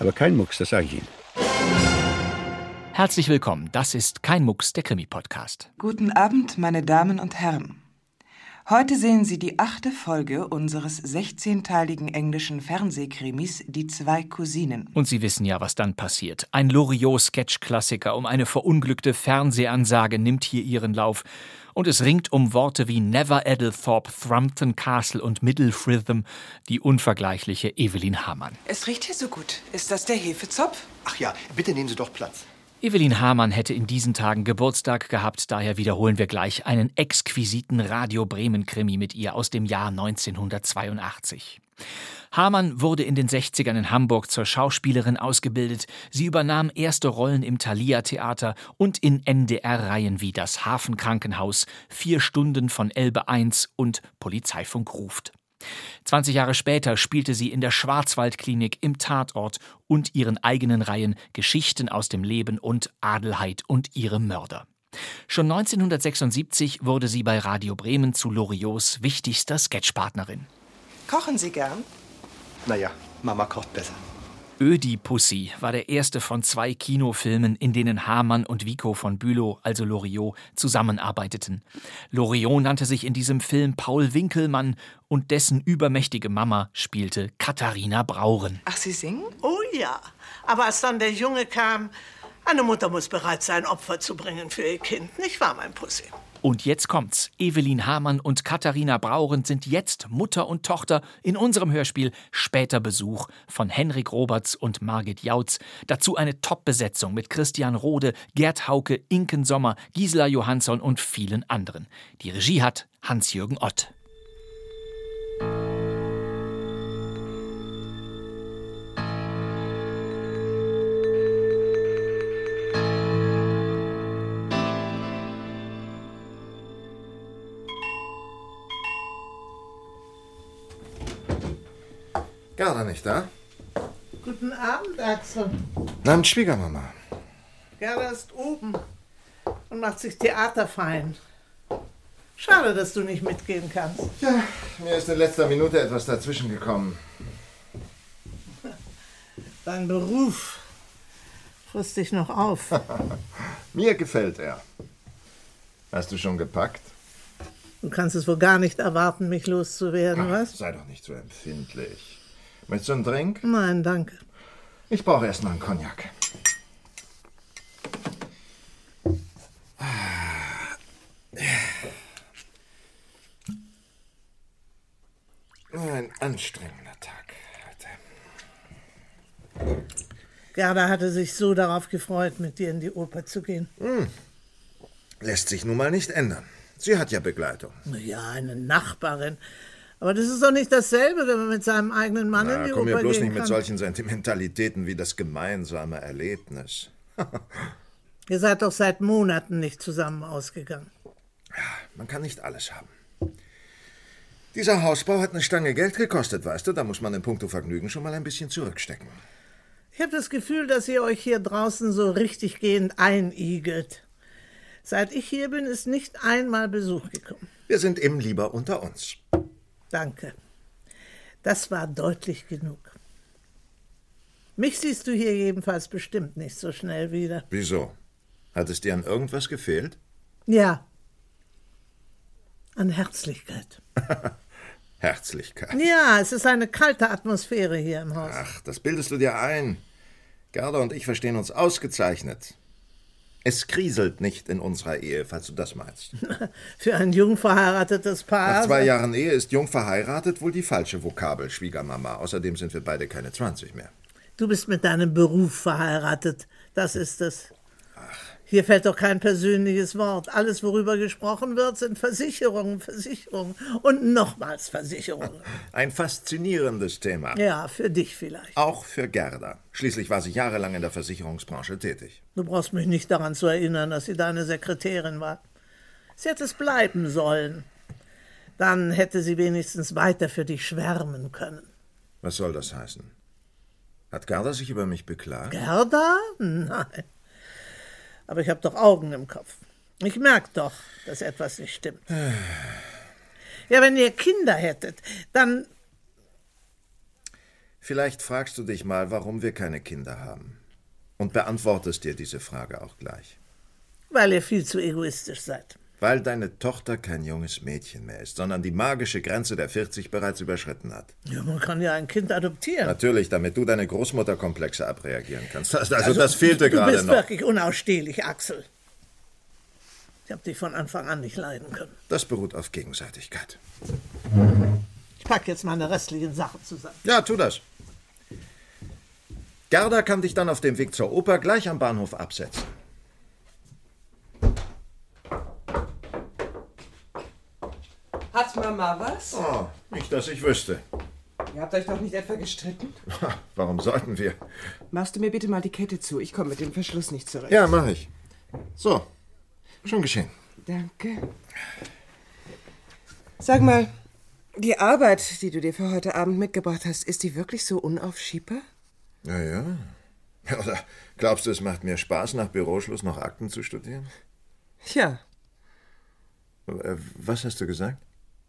Aber kein Mucks, das sage ich Ihnen. herzlich willkommen. Das ist kein Mucks, der Krimi-Podcast. Guten Abend, meine Damen und Herren. Heute sehen Sie die achte Folge unseres 16-teiligen englischen Fernsehkrimis Die zwei Cousinen. Und Sie wissen ja, was dann passiert. Ein Loriot-Sketch-Klassiker um eine verunglückte Fernsehansage nimmt hier ihren Lauf. Und es ringt um Worte wie Never Edelthorpe, Thrumpton Castle und Middle Fritham die unvergleichliche Evelyn Hamann. Es riecht hier so gut. Ist das der Hefezopf? Ach ja, bitte nehmen Sie doch Platz. Evelyn Hamann hätte in diesen Tagen Geburtstag gehabt, daher wiederholen wir gleich einen exquisiten Radio Bremen Krimi mit ihr aus dem Jahr 1982. Hamann wurde in den 60ern in Hamburg zur Schauspielerin ausgebildet. Sie übernahm erste Rollen im Thalia Theater und in NDR-Reihen wie Das Hafenkrankenhaus, Vier Stunden von Elbe 1 und Polizeifunk ruft. 20 Jahre später spielte sie in der Schwarzwaldklinik im Tatort und ihren eigenen Reihen Geschichten aus dem Leben und Adelheid und ihre Mörder. Schon 1976 wurde sie bei Radio Bremen zu Loriots wichtigster Sketchpartnerin. Kochen Sie gern? Naja, Mama kocht besser. Ödipussy war der erste von zwei Kinofilmen, in denen Hamann und Vico von Bülow, also Loriot, zusammenarbeiteten. Loriot nannte sich in diesem Film Paul Winkelmann und dessen übermächtige Mama spielte Katharina Brauren. Ach, Sie singen? Oh ja, aber als dann der Junge kam, eine Mutter muss bereit sein, Opfer zu bringen für ihr Kind. Nicht wahr, mein Pussy? Und jetzt kommt's. Evelyn Hamann und Katharina Brauren sind jetzt Mutter und Tochter in unserem Hörspiel Später Besuch von Henrik Roberts und Margit Jautz. Dazu eine Top-Besetzung mit Christian Rode, Gerd Hauke, Inken Sommer, Gisela Johansson und vielen anderen. Die Regie hat Hans-Jürgen Ott. Gerda nicht da? Guten Abend, Axel. Nein, Schwiegermama. Gerda ist oben und macht sich Theaterfein. Schade, dass du nicht mitgehen kannst. Ja, mir ist in letzter Minute etwas dazwischen gekommen. Dein Beruf frisst dich noch auf. Mir gefällt er. Hast du schon gepackt? Du kannst es wohl gar nicht erwarten, mich loszuwerden, was? Sei doch nicht so empfindlich. Möchtest du einen Drink? Nein, danke. Ich brauche erstmal einen Cognac. Ah. Ein anstrengender Tag heute. Gerda hatte sich so darauf gefreut, mit dir in die Oper zu gehen. Hm. Lässt sich nun mal nicht ändern. Sie hat ja Begleitung. Ja, eine Nachbarin. Aber das ist doch nicht dasselbe, wenn man mit seinem eigenen Mann in Na, die komm mir Oper bloß gehen nicht mit kann. solchen Sentimentalitäten wie das gemeinsame Erlebnis. Ihr seid doch seit Monaten nicht zusammen ausgegangen. Man kann nicht alles haben. Dieser Hausbau hat eine Stange Geld gekostet, weißt du? Da muss man in puncto Vergnügen schon mal ein bisschen zurückstecken. Ich habe das Gefühl, dass ihr euch hier draußen so richtig gehend einigelt. Seit ich hier bin, ist nicht einmal Besuch gekommen. Wir sind eben lieber unter uns. Danke. Das war deutlich genug. Mich siehst du hier jedenfalls bestimmt nicht so schnell wieder. Wieso? Hat es dir an irgendwas gefehlt? Ja. An Herzlichkeit. Herzlichkeit. Ja, es ist eine kalte Atmosphäre hier im Haus. Ach, das bildest du dir ein. Gerda und ich verstehen uns ausgezeichnet. Es kriselt nicht in unserer Ehe, falls du das meinst. Für ein jung verheiratetes Paar. Nach zwei Jahren Ehe ist jung verheiratet wohl die falsche Vokabel, Schwiegermama. Außerdem sind wir beide keine 20 mehr. Du bist mit deinem Beruf verheiratet. Das ist es. Hier fällt doch kein persönliches Wort. Alles, worüber gesprochen wird, sind Versicherungen, Versicherungen und nochmals Versicherungen. Ein faszinierendes Thema. Ja, für dich vielleicht. Auch für Gerda. Schließlich war sie jahrelang in der Versicherungsbranche tätig. Du brauchst mich nicht daran zu erinnern, dass sie deine Sekretärin war. Sie hätte es bleiben sollen. Dann hätte sie wenigstens weiter für dich schwärmen können. Was soll das heißen? Hat Gerda sich über mich beklagt? Gerda? Nein. Aber ich habe doch Augen im Kopf. Ich merke doch, dass etwas nicht stimmt. Ja, wenn ihr Kinder hättet, dann Vielleicht fragst du dich mal, warum wir keine Kinder haben. Und beantwortest dir diese Frage auch gleich. weil ihr viel zu egoistisch seid. Weil deine Tochter kein junges Mädchen mehr ist, sondern die magische Grenze der 40 bereits überschritten hat. Ja, man kann ja ein Kind adoptieren. Natürlich, damit du deine Großmutterkomplexe abreagieren kannst. Das, also, das du fehlte gerade bist noch. wirklich unausstehlich, Axel. Ich habe dich von Anfang an nicht leiden können. Das beruht auf Gegenseitigkeit. Ich packe jetzt meine restlichen Sachen zusammen. Ja, tu das. Gerda kann dich dann auf dem Weg zur Oper gleich am Bahnhof absetzen. Hat Mama was? Oh, nicht, dass ich wüsste. Ihr habt euch doch nicht etwa gestritten? Warum sollten wir? Machst du mir bitte mal die Kette zu? Ich komme mit dem Verschluss nicht zurecht. Ja, mach ich. So, schon geschehen. Danke. Sag mal, die Arbeit, die du dir für heute Abend mitgebracht hast, ist die wirklich so unaufschiebbar? Ja, ja. Oder glaubst du, es macht mir Spaß, nach Büroschluss noch Akten zu studieren? Tja, Äh, Was hast du gesagt?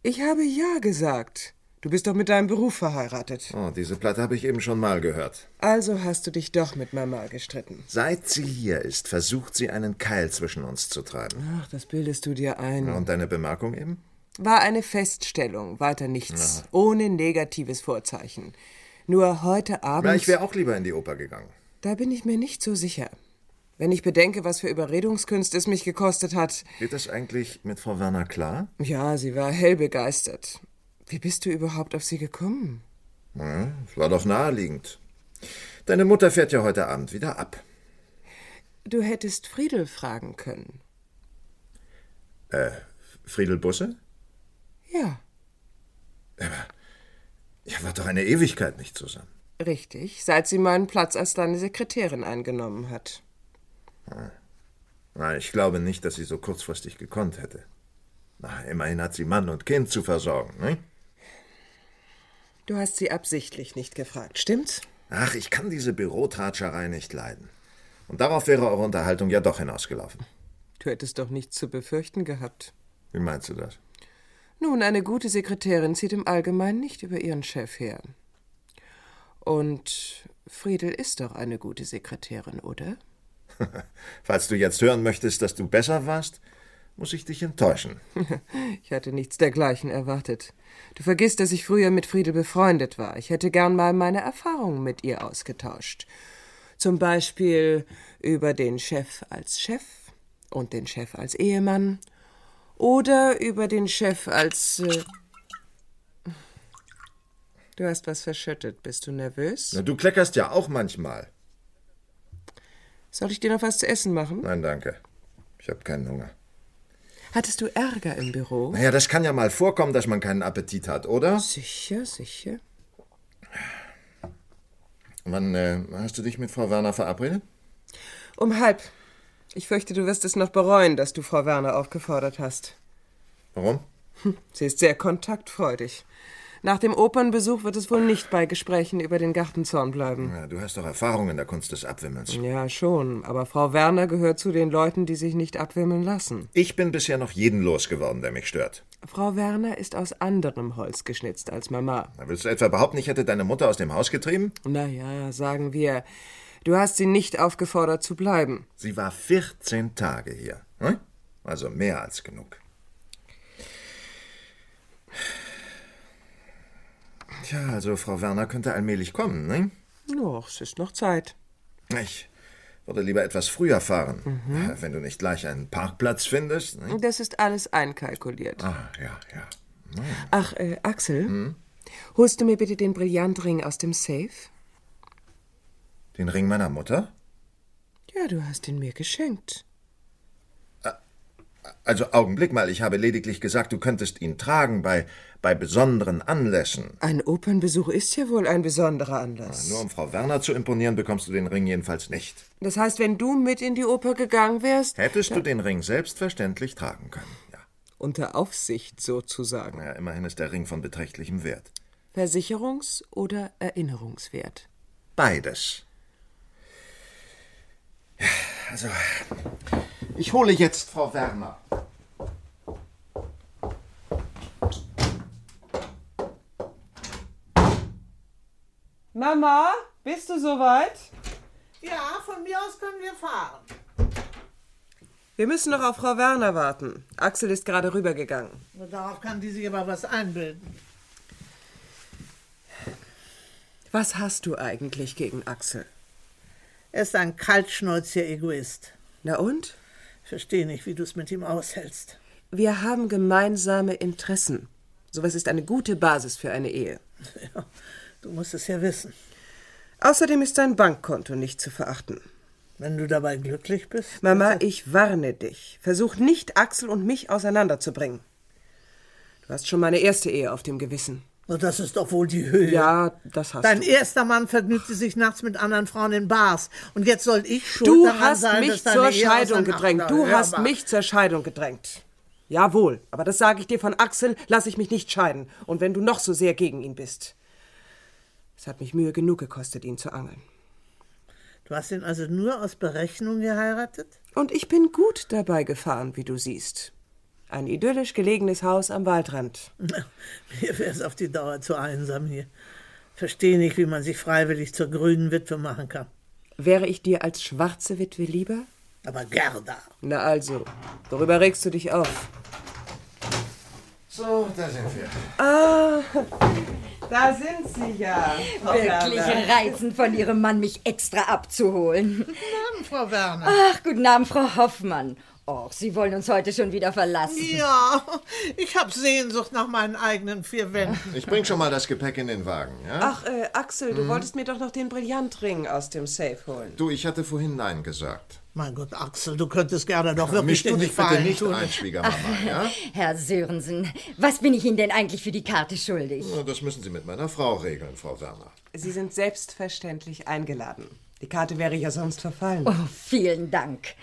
ich habe ja gesagt. Du bist doch mit deinem Beruf verheiratet. Oh, diese Platte habe ich eben schon mal gehört. Also hast du dich doch mit Mama gestritten. Seit sie hier ist, versucht sie einen Keil zwischen uns zu treiben. Ach, das bildest du dir ein. Und deine Bemerkung eben? War eine Feststellung, weiter nichts. Ohne negatives Vorzeichen. Nur heute Na, Abend. ich wäre auch lieber in die Oper gegangen. Da bin ich mir nicht so sicher. Wenn ich bedenke, was für Überredungskünste es mich gekostet hat. Geht das eigentlich mit Frau Werner klar? Ja, sie war hell begeistert. Wie bist du überhaupt auf sie gekommen? Ja, Hm, es war doch naheliegend. Deine Mutter fährt ja heute Abend wieder ab. Du hättest Friedel fragen können. Äh, Friedel Busse? Ja, Ihr wart doch eine Ewigkeit nicht zusammen. richtig, seit sie meinen Platz als deine Sekretärin eingenommen hat. Na, ich glaube nicht, dass sie so kurzfristig gekonnt hätte. Na, immerhin hat sie Mann und Kind zu versorgen, ne? Du hast sie absichtlich nicht gefragt, stimmt's? Ach, ich kann diese Bürotratscherei nicht leiden. Und darauf wäre eure Unterhaltung ja doch hinausgelaufen. Du hättest doch nichts zu befürchten gehabt. Wie meinst du das? Nun, eine gute Sekretärin zieht im Allgemeinen nicht über ihren Chef her. Und Friedel ist doch eine gute Sekretärin, oder? Falls du jetzt hören möchtest, dass du besser warst, muss ich dich enttäuschen. Ich hatte nichts dergleichen erwartet. Du vergisst, dass ich früher mit Friedel befreundet war. Ich hätte gern mal meine Erfahrungen mit ihr ausgetauscht. Zum Beispiel über den Chef als Chef und den Chef als Ehemann oder über den Chef als. Äh du hast was verschüttet. Bist du nervös? Na, du kleckerst ja auch manchmal. Soll ich dir noch was zu essen machen? Nein, danke. Ich habe keinen Hunger. Hattest du Ärger im Büro? Naja, das kann ja mal vorkommen, dass man keinen Appetit hat, oder? Sicher, sicher. Wann äh, hast du dich mit Frau Werner verabredet? Um halb. Ich fürchte, du wirst es noch bereuen, dass du Frau Werner aufgefordert hast. Warum? Sie ist sehr kontaktfreudig. Nach dem Opernbesuch wird es wohl nicht bei Gesprächen über den Gartenzaun bleiben. Na, du hast doch Erfahrung in der Kunst des Abwimmelns. Ja, schon, aber Frau Werner gehört zu den Leuten, die sich nicht abwimmeln lassen. Ich bin bisher noch jeden losgeworden, der mich stört. Frau Werner ist aus anderem Holz geschnitzt als Mama. Na, willst du etwa behaupten, ich hätte deine Mutter aus dem Haus getrieben? Naja, sagen wir, du hast sie nicht aufgefordert zu bleiben. Sie war 14 Tage hier. Hm? Also mehr als genug. Tja, also Frau Werner könnte allmählich kommen, ne? Noch, es ist noch Zeit. Ich würde lieber etwas früher fahren. Ja, Wenn du nicht gleich einen Parkplatz findest. Ne? Mhm. Das ist alles einkalkuliert. Ah, ja, ja. Ach, äh, Axel, Hm? holst du mir bitte den Brillantring aus dem Safe? Den Ring meiner Mutter? Ja, du hast ihn mir geschenkt. Also Augenblick mal, ich habe lediglich gesagt, du könntest ihn tragen bei, bei besonderen Anlässen. Ein Opernbesuch ist ja wohl ein besonderer Anlass. Nur um Frau Werner zu imponieren, bekommst du den Ring jedenfalls nicht. Das heißt, wenn du mit in die Oper gegangen wärst. Hättest du den Ring selbstverständlich tragen können. Ja. Unter Aufsicht sozusagen. Ja, immerhin ist der Ring von beträchtlichem Wert. Versicherungs- oder Erinnerungswert? Beides. Ja, Also, ich hole jetzt Frau Werner. Mama, bist du soweit? Ja, von mir aus können wir fahren. Wir müssen noch auf Frau Werner warten. Axel ist gerade rübergegangen. Darauf kann die sich aber was einbilden. Was hast du eigentlich gegen Axel? Er ist ein kaltschnäuziger Egoist. Na und? Verstehe nicht, wie du es mit ihm aushältst. Wir haben gemeinsame Interessen. Sowas ist eine gute Basis für eine Ehe. Ja, du musst es ja wissen. Außerdem ist sein Bankkonto nicht zu verachten. Wenn du dabei glücklich bist. Mama, ich warne dich. Versuch nicht, Axel und mich auseinanderzubringen. Du hast schon meine erste Ehe auf dem Gewissen. Na, das ist doch wohl die Höhe. Ja, das hast Dein du. erster Mann vergnügte sich nachts mit anderen Frauen in Bars. Und jetzt soll ich schuld Du daran hast sein, dass mich deine zur Ehe Scheidung gedrängt. Du auseinander- hast Hör mal. mich zur Scheidung gedrängt. Jawohl, aber das sage ich dir von Axel, lasse ich mich nicht scheiden. Und wenn du noch so sehr gegen ihn bist. Es hat mich Mühe genug gekostet, ihn zu angeln. Du hast ihn also nur aus Berechnung geheiratet? Und ich bin gut dabei gefahren, wie du siehst. Ein idyllisch gelegenes Haus am Waldrand. Mir wäre es auf die Dauer zu einsam hier. Verstehe nicht, wie man sich freiwillig zur grünen Witwe machen kann. Wäre ich dir als schwarze Witwe lieber? Aber Gerda. Na also, darüber regst du dich auf. So, da sind wir. Ah, da sind sie ja. Wirklich reizend von Ihrem Mann, mich extra abzuholen. Guten Abend, Frau Werner. Ach, guten Abend, Frau Hoffmann. Och, Sie wollen uns heute schon wieder verlassen. Ja, ich habe Sehnsucht nach meinen eigenen vier Wänden. Ich bring schon mal das Gepäck in den Wagen, ja? Ach, äh, Axel, du wolltest mir doch noch den Brillantring aus dem Safe holen. Du, ich hatte vorhin Nein gesagt. Mein Gott, Axel, du könntest Gerda doch Misch wirklich du den dich bitte Gefallen nicht tun. ein, Schwiegermama, ja? Herr Sörensen, was bin ich Ihnen denn eigentlich für die Karte schuldig? Na, Das müssen Sie mit meiner Frau regeln, Frau Werner. Sie sind selbstverständlich eingeladen. Die Karte wäre ja sonst verfallen. Oh, vielen Dank.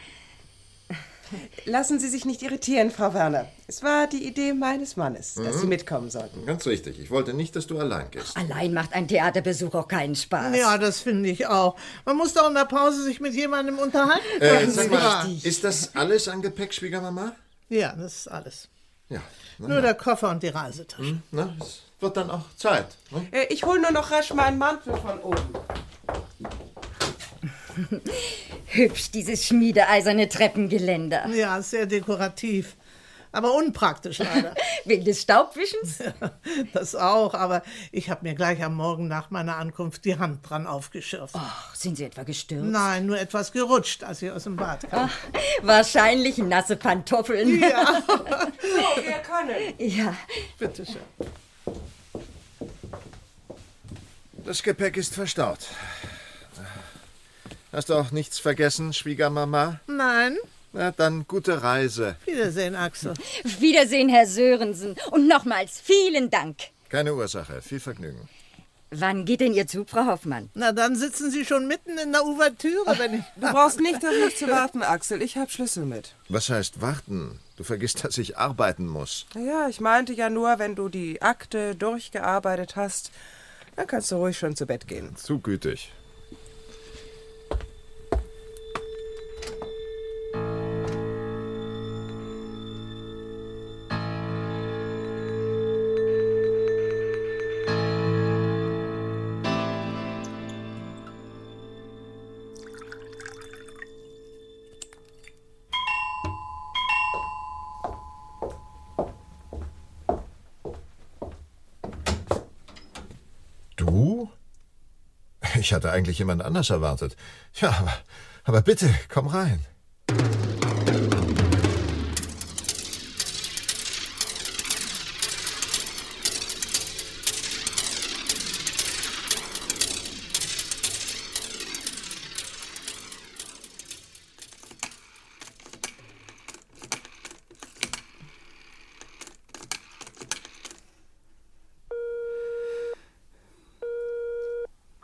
Lassen Sie sich nicht irritieren, Frau Werner. Es war die Idee meines Mannes, dass Sie mitkommen sollten. Hm? Ganz richtig. Ich wollte nicht, dass du allein gehst. Allein macht ein Theaterbesuch auch keinen Spaß. Ja, das finde ich auch. Äh, Man muss doch in der Pause sich mit jemandem unterhalten Äh, können. sag nicht mal, wahr? ist das alles an Gepäck, Schwiegermama? Ja, das ist alles. Ja. Na, Hm? Nur der Koffer und die Reisetasche. na, es wird dann auch Zeit. Ne? Äh, ich hole nur noch rasch meinen Mantel von oben. Hübsch, dieses schmiedeeiserne Treppengeländer. Ja, ist sehr dekorativ. Aber unpraktisch leider. Wegen des Staubwischens? das auch, aber ich habe mir gleich am Morgen nach meiner Ankunft die Hand dran aufgeschürft. Ach, sind Sie etwa gestürzt? Nein, nur etwas gerutscht, als ich aus dem Bad kam. Wahrscheinlich nasse Pantoffeln. Ja. So, wir können. ja. Bitteschön. Das Gepäck ist verstaut. Hast du auch nichts vergessen, Schwiegermama? Nein, Na, dann gute Reise. Wiedersehen, Axel. Auf Wiedersehen, Herr Sörensen. Und nochmals vielen Dank. Keine Ursache. Viel Vergnügen. Wann geht denn Ihr Zug, Frau Hoffmann? Na, dann sitzen Sie schon mitten in der Ouvertüre, wenn ich... Du brauchst nicht auf mich zu warten, Axel. Ich habe Schlüssel mit. Was heißt warten? Du vergisst, dass ich arbeiten muss. Naja, ich meinte ja nur, wenn du die Akte durchgearbeitet hast, dann kannst du ruhig schon zu Bett gehen. Zu gütig. Du? Ich hatte eigentlich jemand anders erwartet. Ja, aber, aber bitte, komm rein.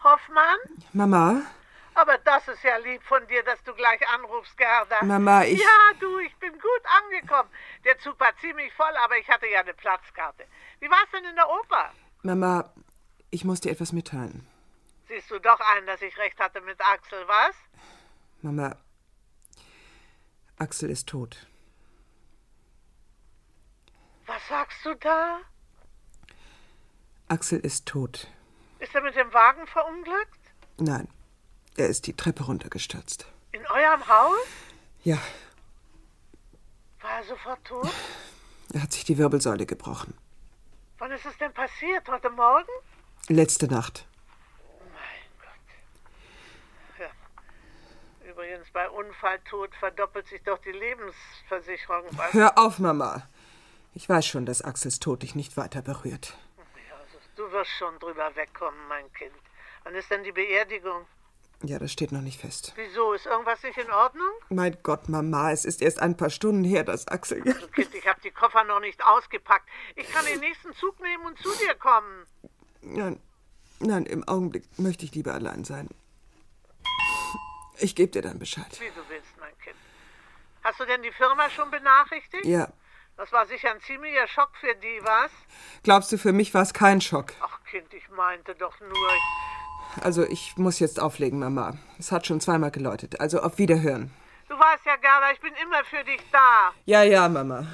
Hoffmann? Mama? Aber das ist ja lieb von dir, dass du gleich anrufst, Gerda. Mama, ich- Ja, du, ich bin gut angekommen. Der Zug war ziemlich voll, aber ich hatte ja eine Platzkarte. Wie war's denn in der Oper? Mama, ich muss dir etwas mitteilen. Siehst du doch ein, dass ich recht hatte mit Axel, was? Mama, Axel ist tot. Was sagst du da? Axel ist tot. Ist er mit dem Wagen verunglückt? Nein, er ist die Treppe runtergestürzt. In eurem Haus? Ja, War er sofort tot? er hat sich die Wirbelsäule gebrochen. Wann ist es denn passiert? Heute Morgen? Letzte Nacht. Ja. Übrigens, bei Unfalltod verdoppelt sich doch die Lebensversicherung. Was? Hör auf, Mama. Ich weiß schon, dass Axels Tod dich nicht weiter berührt. also, Du wirst schon drüber wegkommen, mein Kind. Wann ist denn die Beerdigung? Ja, das steht noch nicht fest. Wieso? Ist irgendwas nicht in Ordnung? Mein Gott, Mama, es ist erst ein paar Stunden her, dass Axel... Du Kind, ich habe die Koffer noch nicht ausgepackt. Ich kann den nächsten Zug nehmen und zu dir kommen. Nein, nein, im Augenblick möchte ich lieber allein sein. Ich gebe dir dann Bescheid. Wie du willst, mein Kind. Hast du denn die Firma schon benachrichtigt? Ja. Das war sicher ein ziemlicher Schock für die, was? Glaubst du, für mich war es kein Schock? Ach Kind, ich meinte doch nur. Also, ich muss jetzt auflegen, Mama. Es hat schon zweimal geläutet. Also, auf Wiederhören. Du weißt ja, Gerda, ich bin immer für dich da. Ja, ja, Mama.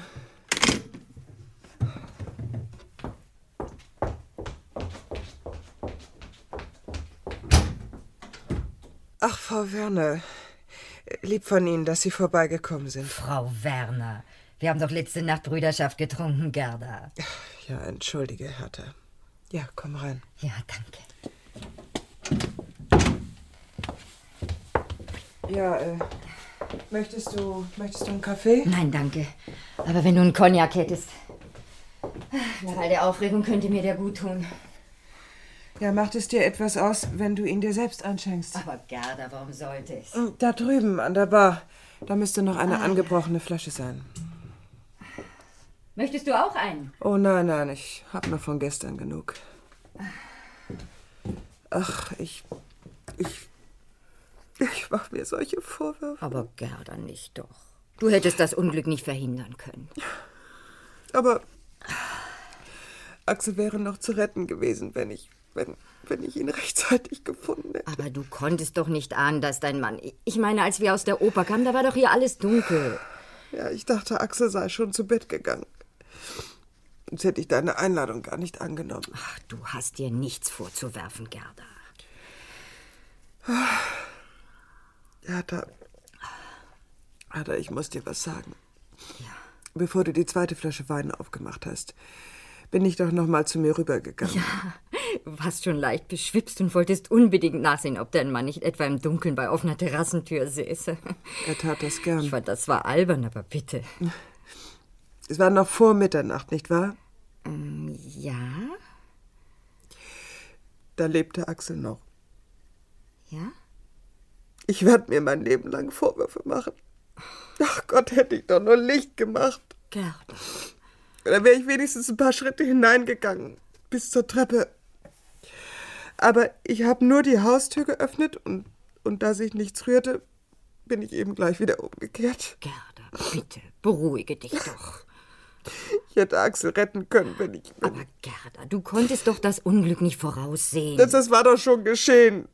Ach, Frau Werner. Lieb von Ihnen, dass Sie vorbeigekommen sind. Frau Werner, wir haben doch letzte Nacht Brüderschaft getrunken, Gerda. Ja, entschuldige, Hertha. Ja, komm rein. Ja, danke. Ja, äh, möchtest du, möchtest du einen Kaffee? Nein, danke. Aber wenn du einen Cognac hättest. Nach all der Aufregung könnte mir der gut tun. Ja, macht es dir etwas aus, wenn du ihn dir selbst einschenkst? Aber Gerda, warum sollte ich? Äh, Da drüben an der Bar. Da müsste noch Ah. eine angebrochene Flasche sein. Möchtest du auch einen? Oh nein, nein, ich hab noch von gestern genug. Ach, ich. Ich. Ich mach mir solche Vorwürfe. Aber Gerda nicht doch. Du hättest das Unglück nicht verhindern können. Aber. Axel wäre noch zu retten gewesen, wenn ich. wenn, wenn ich ihn rechtzeitig gefunden hätte. Aber du konntest doch nicht ahnen, dass dein Mann. Ich meine, als wir aus der Oper kamen, da war doch hier alles dunkel. Ja, ich dachte, Axel sei schon zu Bett gegangen. Sonst hätte ich deine Einladung gar nicht angenommen. Ach, du hast dir nichts vorzuwerfen, Gerda. Hertha. Hertha, ich muss dir was sagen. Bevor du die zweite Flasche Wein aufgemacht hast, bin ich doch noch mal zu mir rübergegangen. Du warst schon leicht beschwipst und wolltest unbedingt nachsehen, ob dein Mann nicht etwa im Dunkeln bei offener Terrassentür säße. Er tat das gern. Ich fand, das war albern, aber bitte. Es war noch vor Mitternacht, nicht wahr? Ja? Da lebte Axel noch. Ja? Ich werde mir mein Leben lang Vorwürfe machen. Ach Gott, hätte ich doch nur Licht gemacht. Gerda. Da wäre ich wenigstens ein paar Schritte hineingegangen, bis zur Treppe. Aber ich habe nur die Haustür geöffnet und, und da sich nichts rührte, bin ich eben gleich wieder umgekehrt. Gerda, bitte, beruhige dich doch. Ich hätte Axel retten können, wenn ich. Aber Gerda, du konntest doch das Unglück nicht voraussehen. Das, das war doch schon geschehen.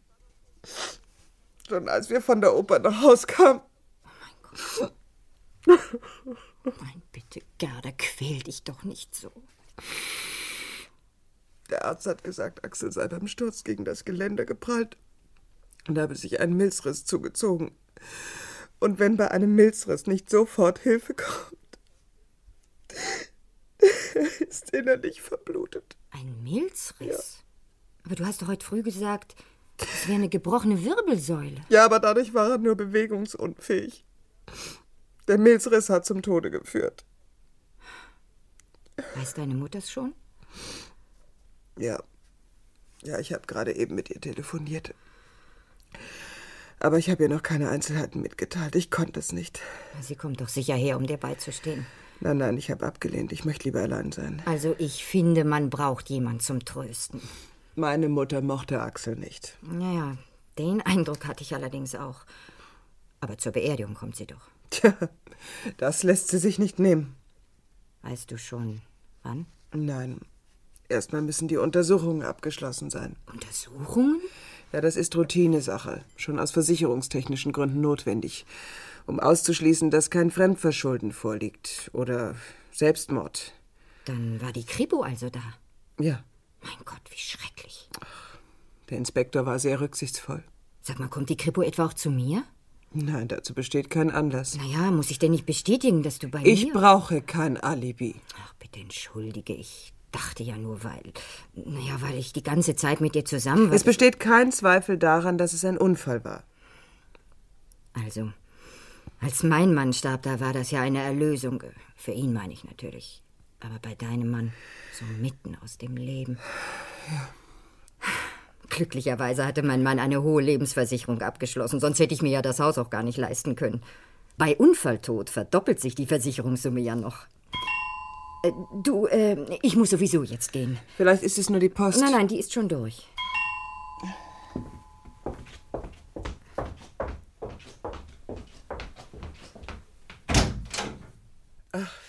Schon als wir von der Oper nach Haus kamen. Oh Nein, bitte, Gerda, quäl dich doch nicht so. Der Arzt hat gesagt, Axel sei beim Sturz gegen das Geländer geprallt und habe sich einen Milzriss zugezogen. Und wenn bei einem Milzriss nicht sofort Hilfe kommt, er ist innerlich verblutet. Ein Milzriss? Aber du hast doch heute früh gesagt, es wäre eine gebrochene Wirbelsäule. Ja, aber dadurch war er nur bewegungsunfähig. Der Milzriss hat zum Tode geführt. Weiß deine Mutter es schon? Ja. Ja, ich habe gerade eben mit ihr telefoniert. Aber ich habe ihr noch keine Einzelheiten mitgeteilt. Ich konnte es nicht. Sie kommt doch sicher her, um dir beizustehen. Nein, nein, ich habe abgelehnt. Ich möchte lieber allein sein. Also ich finde, man braucht jemand zum Trösten. Meine Mutter mochte Axel nicht. Naja, den Eindruck hatte ich allerdings auch. Aber zur Beerdigung kommt sie doch. Tja, das lässt sie sich nicht nehmen. Weißt du schon, wann? Nein. Erstmal müssen die Untersuchungen abgeschlossen sein. Untersuchungen? Ja, das ist Routinesache. Schon aus versicherungstechnischen Gründen notwendig. Um auszuschließen, dass kein Fremdverschulden vorliegt. Oder Selbstmord. Dann war die Kripo also da. Ja, Mein Gott, wie schrecklich. der Inspektor war sehr rücksichtsvoll. Sag mal, kommt die Kripo etwa auch zu mir? Nein, dazu besteht kein Anlass. Naja, muss ich denn nicht bestätigen, dass du bei Ich mir... brauche kein Alibi. Ach, bitte entschuldige, ich dachte ja nur, weil... Naja, weil ich die ganze Zeit mit dir zusammen war. Es besteht kein Zweifel daran, dass es ein Unfall war. Also, als mein Mann starb, da war das ja eine Erlösung. Für ihn meine ich natürlich. Aber bei deinem Mann, so mitten aus dem Leben. Glücklicherweise hatte mein Mann eine hohe Lebensversicherung abgeschlossen, sonst hätte ich mir ja das Haus auch gar nicht leisten können. Bei Unfalltod verdoppelt sich die Versicherungssumme ja noch. Äh, Du, äh, ich muss sowieso jetzt gehen. Vielleicht ist es nur die Post. Nein, nein, die ist schon durch.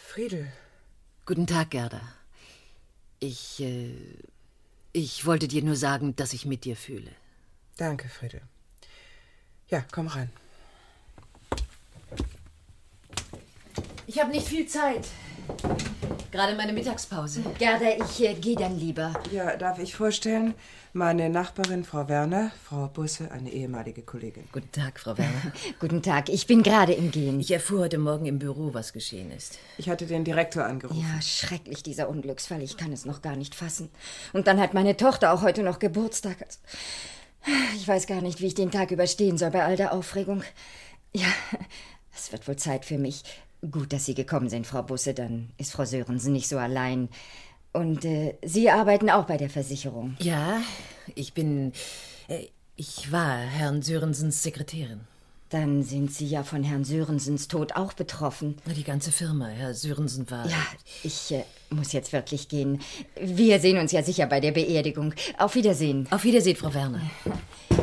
Friedel. Guten Tag, Gerda. Ich, äh, ich wollte dir nur sagen, dass ich mit dir fühle. Danke, Friedel. Ja, komm rein. Ich habe nicht viel Zeit. Gerade meine Mittagspause. Gerda, ich gehe dann lieber. Ja, darf ich vorstellen? Meine Nachbarin, Frau Werner, Frau Busse, eine ehemalige Kollegin. Guten Tag, Frau Werner. Guten Tag, ich bin gerade im Gehen. Ich erfuhr heute Morgen im Büro, was geschehen ist. Ich hatte den Direktor angerufen. Ja, schrecklich, dieser Unglücksfall. Ich kann es noch gar nicht fassen. Und dann hat meine Tochter auch heute noch Geburtstag. Also, Ich weiß gar nicht, wie ich den Tag überstehen soll bei all der Aufregung. Ja, es wird wohl Zeit für mich. Gut, dass Sie gekommen sind, Frau Busse. Dann ist Frau Sörensen nicht so allein. Und äh, Sie arbeiten auch bei der Versicherung. Ja, ich bin. Äh, ich war Herrn Sörensens Sekretärin. Dann sind Sie ja von Herrn Sörensens Tod auch betroffen. Die ganze Firma. Herr Sörensen war. Ja, ich äh, muss jetzt wirklich gehen. Wir sehen uns ja sicher bei der Beerdigung. Auf Wiedersehen. Auf Wiedersehen, Frau Werner.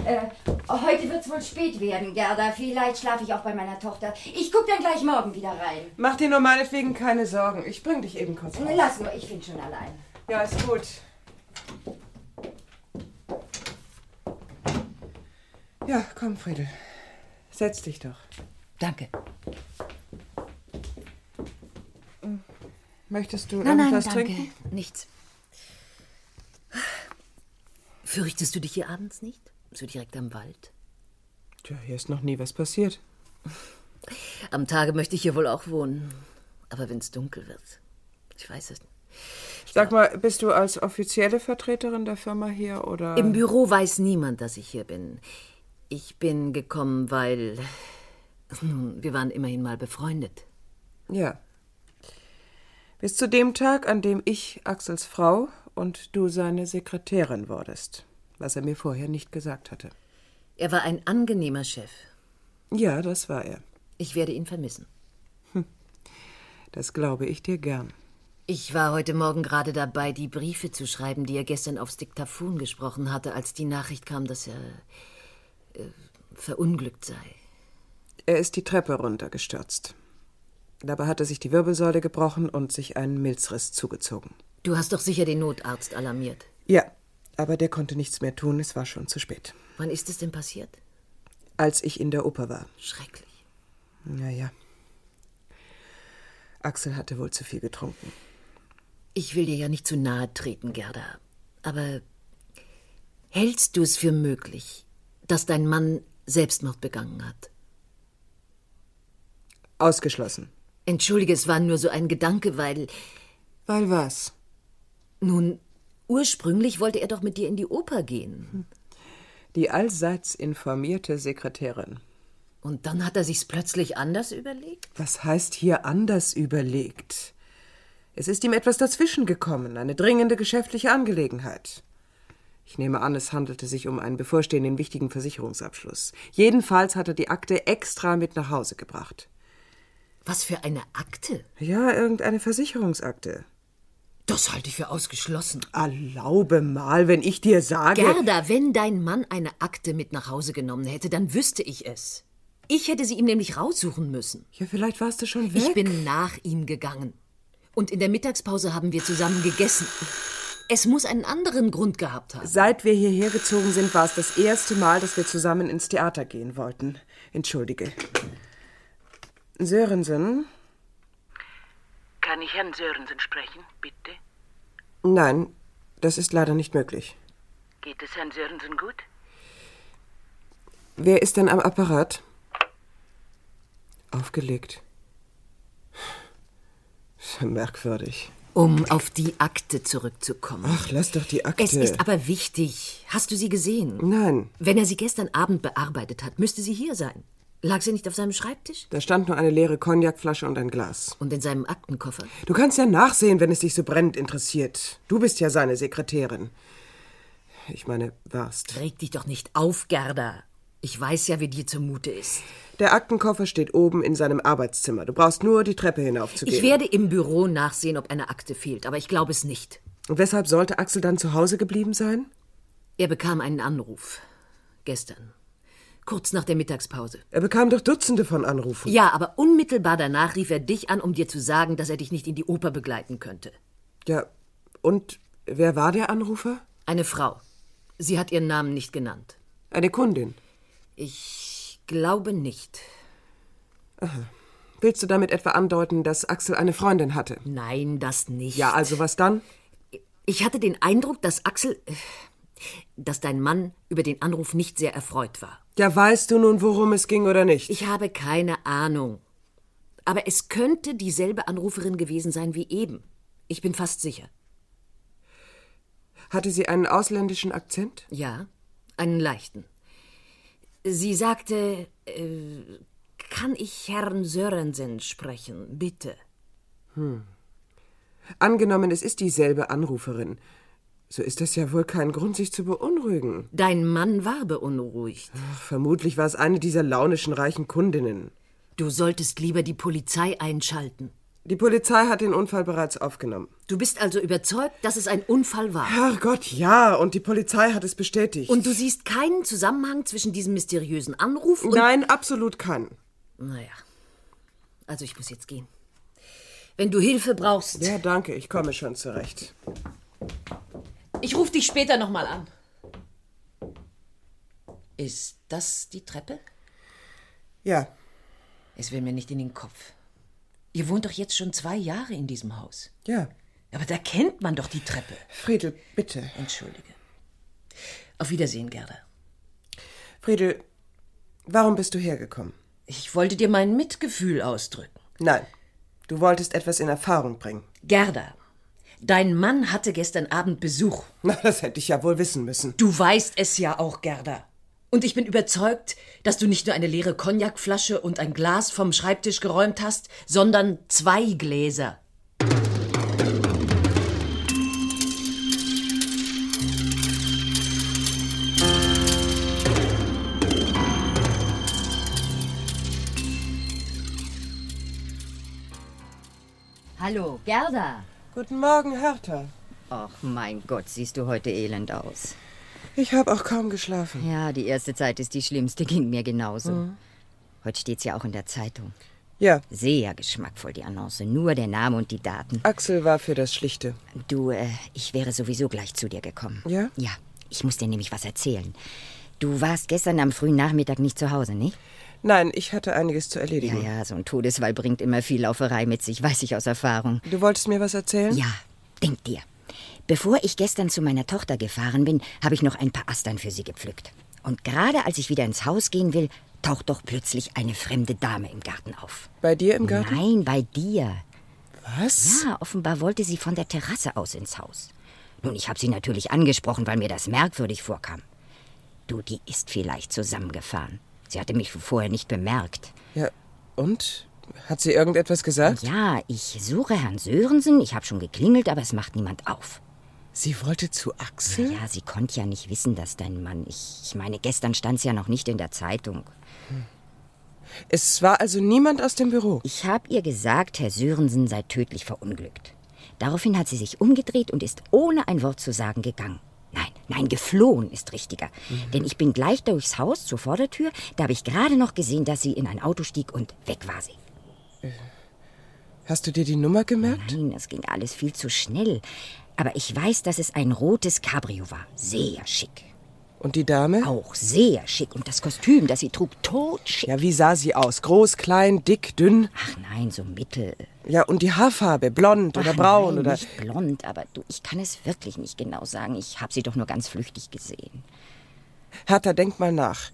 äh, Heute wird's wohl spät werden, Gerda. Vielleicht schlafe ich auch bei meiner Tochter. Ich guck dann gleich morgen wieder rein. Mach dir nur meinetwegen keine Sorgen. Ich bring dich eben kurz raus. Lass nur, ich bin schon allein. Ja, ist gut. Ja, komm, Friedel. Setz dich doch. Danke. Möchtest du Nein, nein, irgendwas danke. trinken? Nichts. Fürchtest du dich hier abends nicht? So direkt am Wald? Tja, hier ist noch nie was passiert. Am Tage möchte ich hier wohl auch wohnen. Aber wenn es dunkel wird. Ich weiß es nicht. Sag mal, bist du als offizielle Vertreterin der Firma hier oder? Im Büro weiß niemand, dass ich hier bin. Ich bin gekommen, weil. Nun, wir waren immerhin mal befreundet. Ja. Bis zu dem Tag, an dem ich Axels Frau und du seine Sekretärin wurdest, was er mir vorher nicht gesagt hatte. Er war ein angenehmer Chef. Ja, das war er. Ich werde ihn vermissen. Das glaube ich dir gern. Ich war heute Morgen gerade dabei, die Briefe zu schreiben, die er gestern aufs Diktaphon gesprochen hatte, als die Nachricht kam, dass er. Äh, verunglückt sei. Er ist die Treppe runtergestürzt. Dabei hatte sich die Wirbelsäule gebrochen und sich einen Milzriss zugezogen. Du hast doch sicher den Notarzt alarmiert. Ja, aber der konnte nichts mehr tun, es war schon zu spät. Wann ist es denn passiert? Als ich in der Oper war. Schrecklich. Naja. Axel hatte wohl zu viel getrunken. Ich will dir ja nicht zu nahe treten, Gerda. Aber hältst du es für möglich, dass dein Mann Selbstmord begangen hat? Ausgeschlossen. Entschuldige, es war nur so ein Gedanke, weil. Weil was? Nun, ursprünglich wollte er doch mit dir in die Oper gehen. Die allseits informierte Sekretärin. Und dann hat er sich's plötzlich anders überlegt? Was heißt hier anders überlegt? Es ist ihm etwas dazwischen gekommen, eine dringende geschäftliche Angelegenheit. Ich nehme an, es handelte sich um einen bevorstehenden wichtigen Versicherungsabschluss. Jedenfalls hat er die Akte extra mit nach Hause gebracht. Was für eine Akte? Ja, irgendeine Versicherungsakte. Das halte ich für ausgeschlossen. Erlaube mal, wenn ich dir sage. Gerda, wenn dein Mann eine Akte mit nach Hause genommen hätte, dann wüsste ich es. Ich hätte sie ihm nämlich raussuchen müssen. Ja, vielleicht warst du schon weg. Ich bin nach ihm gegangen. Und in der Mittagspause haben wir zusammen gegessen. Es muss einen anderen Grund gehabt haben. Seit wir hierher gezogen sind, war es das erste Mal, dass wir zusammen ins Theater gehen wollten. Entschuldige. Sörensen? Kann ich Herrn Sörensen sprechen, bitte? Nein, das ist leider nicht möglich. Geht es Herrn Sörensen gut? Wer ist denn am Apparat? Aufgelegt. Ist ja merkwürdig. Um auf die Akte zurückzukommen. Ach, lass doch die Akte. Es ist aber wichtig. Hast du sie gesehen? Nein. Wenn er sie gestern Abend bearbeitet hat, müsste sie hier sein. Lag sie nicht auf seinem Schreibtisch? Da stand nur eine leere Cognacflasche und ein Glas. Und in seinem Aktenkoffer. Du kannst ja nachsehen, wenn es dich so brennend interessiert. Du bist ja seine Sekretärin. Ich meine, warst. Reg dich doch nicht auf, Gerda. Ich weiß ja, wie dir zumute ist. Der Aktenkoffer steht oben in seinem Arbeitszimmer. Du brauchst nur die Treppe hinaufzugehen. Ich werde im Büro nachsehen, ob eine Akte fehlt, aber ich glaube es nicht. Und weshalb sollte Axel dann zu Hause geblieben sein? Er bekam einen Anruf. Gestern. Kurz nach der Mittagspause. Er bekam doch Dutzende von Anrufen. Ja, aber unmittelbar danach rief er dich an, um dir zu sagen, dass er dich nicht in die Oper begleiten könnte. Ja, und wer war der Anrufer? Eine Frau. Sie hat ihren Namen nicht genannt. Eine Kundin. Ich glaube nicht. Aha. Willst du damit etwa andeuten, dass Axel eine Freundin hatte? Nein, das nicht. Ja, also was dann? Ich hatte den Eindruck, dass Axel. äh, dass dein Mann über den Anruf nicht sehr erfreut war. Ja, weißt du nun, worum es ging oder nicht? Ich habe keine Ahnung. Aber es könnte dieselbe Anruferin gewesen sein wie eben. Ich bin fast sicher. Hatte sie einen ausländischen Akzent? Ja, einen leichten. Sie sagte, äh, kann ich Herrn Sörensen sprechen, bitte? Hm. Angenommen, es ist dieselbe Anruferin. So ist das ja wohl kein Grund, sich zu beunruhigen. Dein Mann war beunruhigt. Ach, vermutlich war es eine dieser launischen reichen Kundinnen. Du solltest lieber die Polizei einschalten. Die Polizei hat den Unfall bereits aufgenommen. Du bist also überzeugt, dass es ein Unfall war? Herrgott, ja. Und die Polizei hat es bestätigt. Und du siehst keinen Zusammenhang zwischen diesem mysteriösen Anruf und... Nein, absolut keinen. Naja. Also ich muss jetzt gehen. Wenn du Hilfe brauchst... Ja, danke. Ich komme schon zurecht. Ich rufe dich später nochmal an. Ist das die Treppe? Ja. Es will mir nicht in den Kopf. Ihr wohnt doch jetzt schon zwei Jahre in diesem Haus. Ja. Aber da kennt man doch die Treppe. Friedel, bitte. Entschuldige. Auf Wiedersehen, Gerda. Friedel, warum bist du hergekommen? Ich wollte dir mein Mitgefühl ausdrücken. Nein, du wolltest etwas in Erfahrung bringen. Gerda, dein Mann hatte gestern Abend Besuch. Na, das hätte ich ja wohl wissen müssen. Du weißt es ja auch, Gerda. Und ich bin überzeugt, dass du nicht nur eine leere Cognacflasche und ein Glas vom Schreibtisch geräumt hast, sondern zwei Gläser. Hallo, Gerda. Guten Morgen, Hertha. Ach, mein Gott, siehst du heute elend aus. Ich habe auch kaum geschlafen. Hm. Ja, die erste Zeit ist die schlimmste, ging mir genauso. Mhm. Heute steht's ja auch in der Zeitung. Ja. Sehr geschmackvoll, die Annonce. Nur der Name und die Daten. Axel war für das Schlichte. Du, äh, ich wäre sowieso gleich zu dir gekommen. Ja? Ja, ich muss dir nämlich was erzählen. Du warst gestern am frühen Nachmittag nicht zu Hause, nicht? Nein, ich hatte einiges zu erledigen. Ja, ja, so ein Todesfall bringt immer viel Lauferei mit sich, weiß ich aus Erfahrung. Du wolltest mir was erzählen? Ja, denk dir. Bevor ich gestern zu meiner Tochter gefahren bin, habe ich noch ein paar Astern für sie gepflückt. Und gerade als ich wieder ins Haus gehen will, taucht doch plötzlich eine fremde Dame im Garten auf. Bei dir im Garten? Nein, bei dir. Was? Ja, offenbar wollte sie von der Terrasse aus ins Haus. Nun, ich habe sie natürlich angesprochen, weil mir das merkwürdig vorkam. Du, die ist vielleicht zusammengefahren. Sie hatte mich vorher nicht bemerkt. Ja, und? Hat sie irgendetwas gesagt? Ja, ich suche Herrn Sörensen. Ich habe schon geklingelt, aber es macht niemand auf. Sie wollte zu Axel? Ja, sie konnte ja nicht wissen, dass dein Mann. Ich, ich meine, gestern stand es ja noch nicht in der Zeitung. Hm. Es war also niemand aus dem Büro. Ich habe ihr gesagt, Herr Sörensen sei tödlich verunglückt. Daraufhin hat sie sich umgedreht und ist ohne ein Wort zu sagen gegangen. Nein, nein, geflohen ist richtiger. Mhm. Denn ich bin gleich durchs Haus zur Vordertür. Da habe ich gerade noch gesehen, dass sie in ein Auto stieg und weg war sie. Hast du dir die Nummer gemerkt? Nein, das ging alles viel zu schnell. Aber ich weiß, dass es ein rotes Cabrio war. Sehr schick. Und die Dame? Auch sehr schick. Und das Kostüm, das sie trug, totschick. Ja, wie sah sie aus? Groß, klein, dick, dünn? Ach nein, so mittel. Ja, und die Haarfarbe, blond oder Ach, braun nein, oder... Nicht blond, aber du, ich kann es wirklich nicht genau sagen. Ich habe sie doch nur ganz flüchtig gesehen. Hertha, denk mal nach.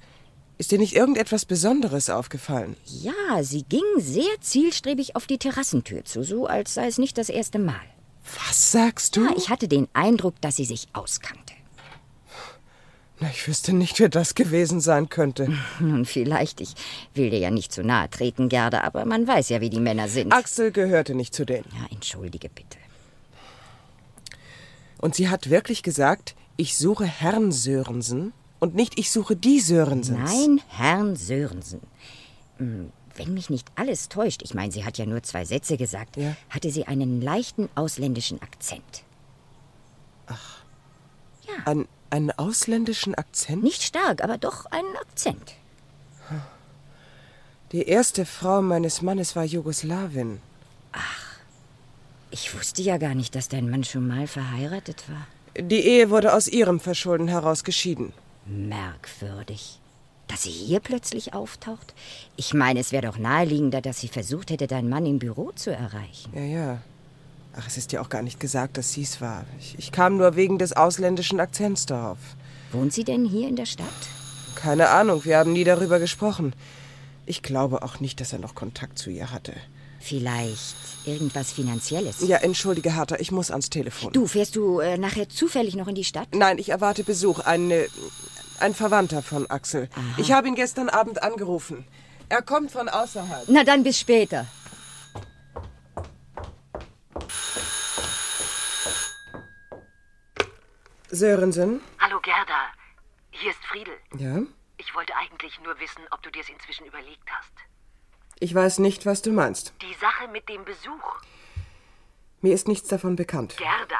Ist dir nicht irgendetwas Besonderes aufgefallen? Ja, sie ging sehr zielstrebig auf die Terrassentür zu, so als sei es nicht das erste Mal. Was sagst du? Ja, ich hatte den Eindruck, dass sie sich auskannte. Na, ich wüsste nicht, wer das gewesen sein könnte. Nun, vielleicht. Ich will dir ja nicht zu nahe treten, Gerda, aber man weiß ja, wie die Männer sind. Axel gehörte nicht zu denen. Ja, entschuldige bitte. Und sie hat wirklich gesagt, ich suche Herrn Sörensen und nicht ich suche die Sörensens. Nein, Herrn Sörensen. Hm, Wenn mich nicht alles täuscht, ich meine, sie hat ja nur zwei Sätze gesagt, hatte sie einen leichten ausländischen Akzent. Ein, einen ausländischen Akzent? Nicht stark, aber doch einen Akzent. Die erste Frau meines Mannes war Jugoslawin. Ich wusste ja gar nicht, dass dein Mann schon mal verheiratet war. Die Ehe wurde aus ihrem Verschulden heraus geschieden. Merkwürdig. Dass sie hier plötzlich auftaucht? Ich meine, es wäre doch naheliegender, dass sie versucht hätte, deinen Mann im Büro zu erreichen. Ja, ja. Ach, es ist ja auch gar nicht gesagt, dass sie es war. Ich, ich kam nur wegen des ausländischen Akzents darauf. Wohnt sie denn hier in der Stadt? Keine Ahnung, wir haben nie darüber gesprochen. Ich glaube auch nicht, dass er noch Kontakt zu ihr hatte. Vielleicht irgendwas Finanzielles. Ja, entschuldige, Hertha, ich muss ans Telefon. Du, fährst du äh, nachher zufällig noch in die Stadt? Nein, ich erwarte Besuch. Ein, äh, ein Verwandter von Axel. Ich habe ihn gestern Abend angerufen. Er kommt von außerhalb. Na dann bis später. Sörensen? Hallo Gerda, hier ist Friedel. Ja? Ich wollte eigentlich nur wissen, ob du dir es inzwischen überlegt hast. Ich weiß nicht, was du meinst. Die Sache mit dem Besuch. Mir ist nichts davon bekannt. Gerda,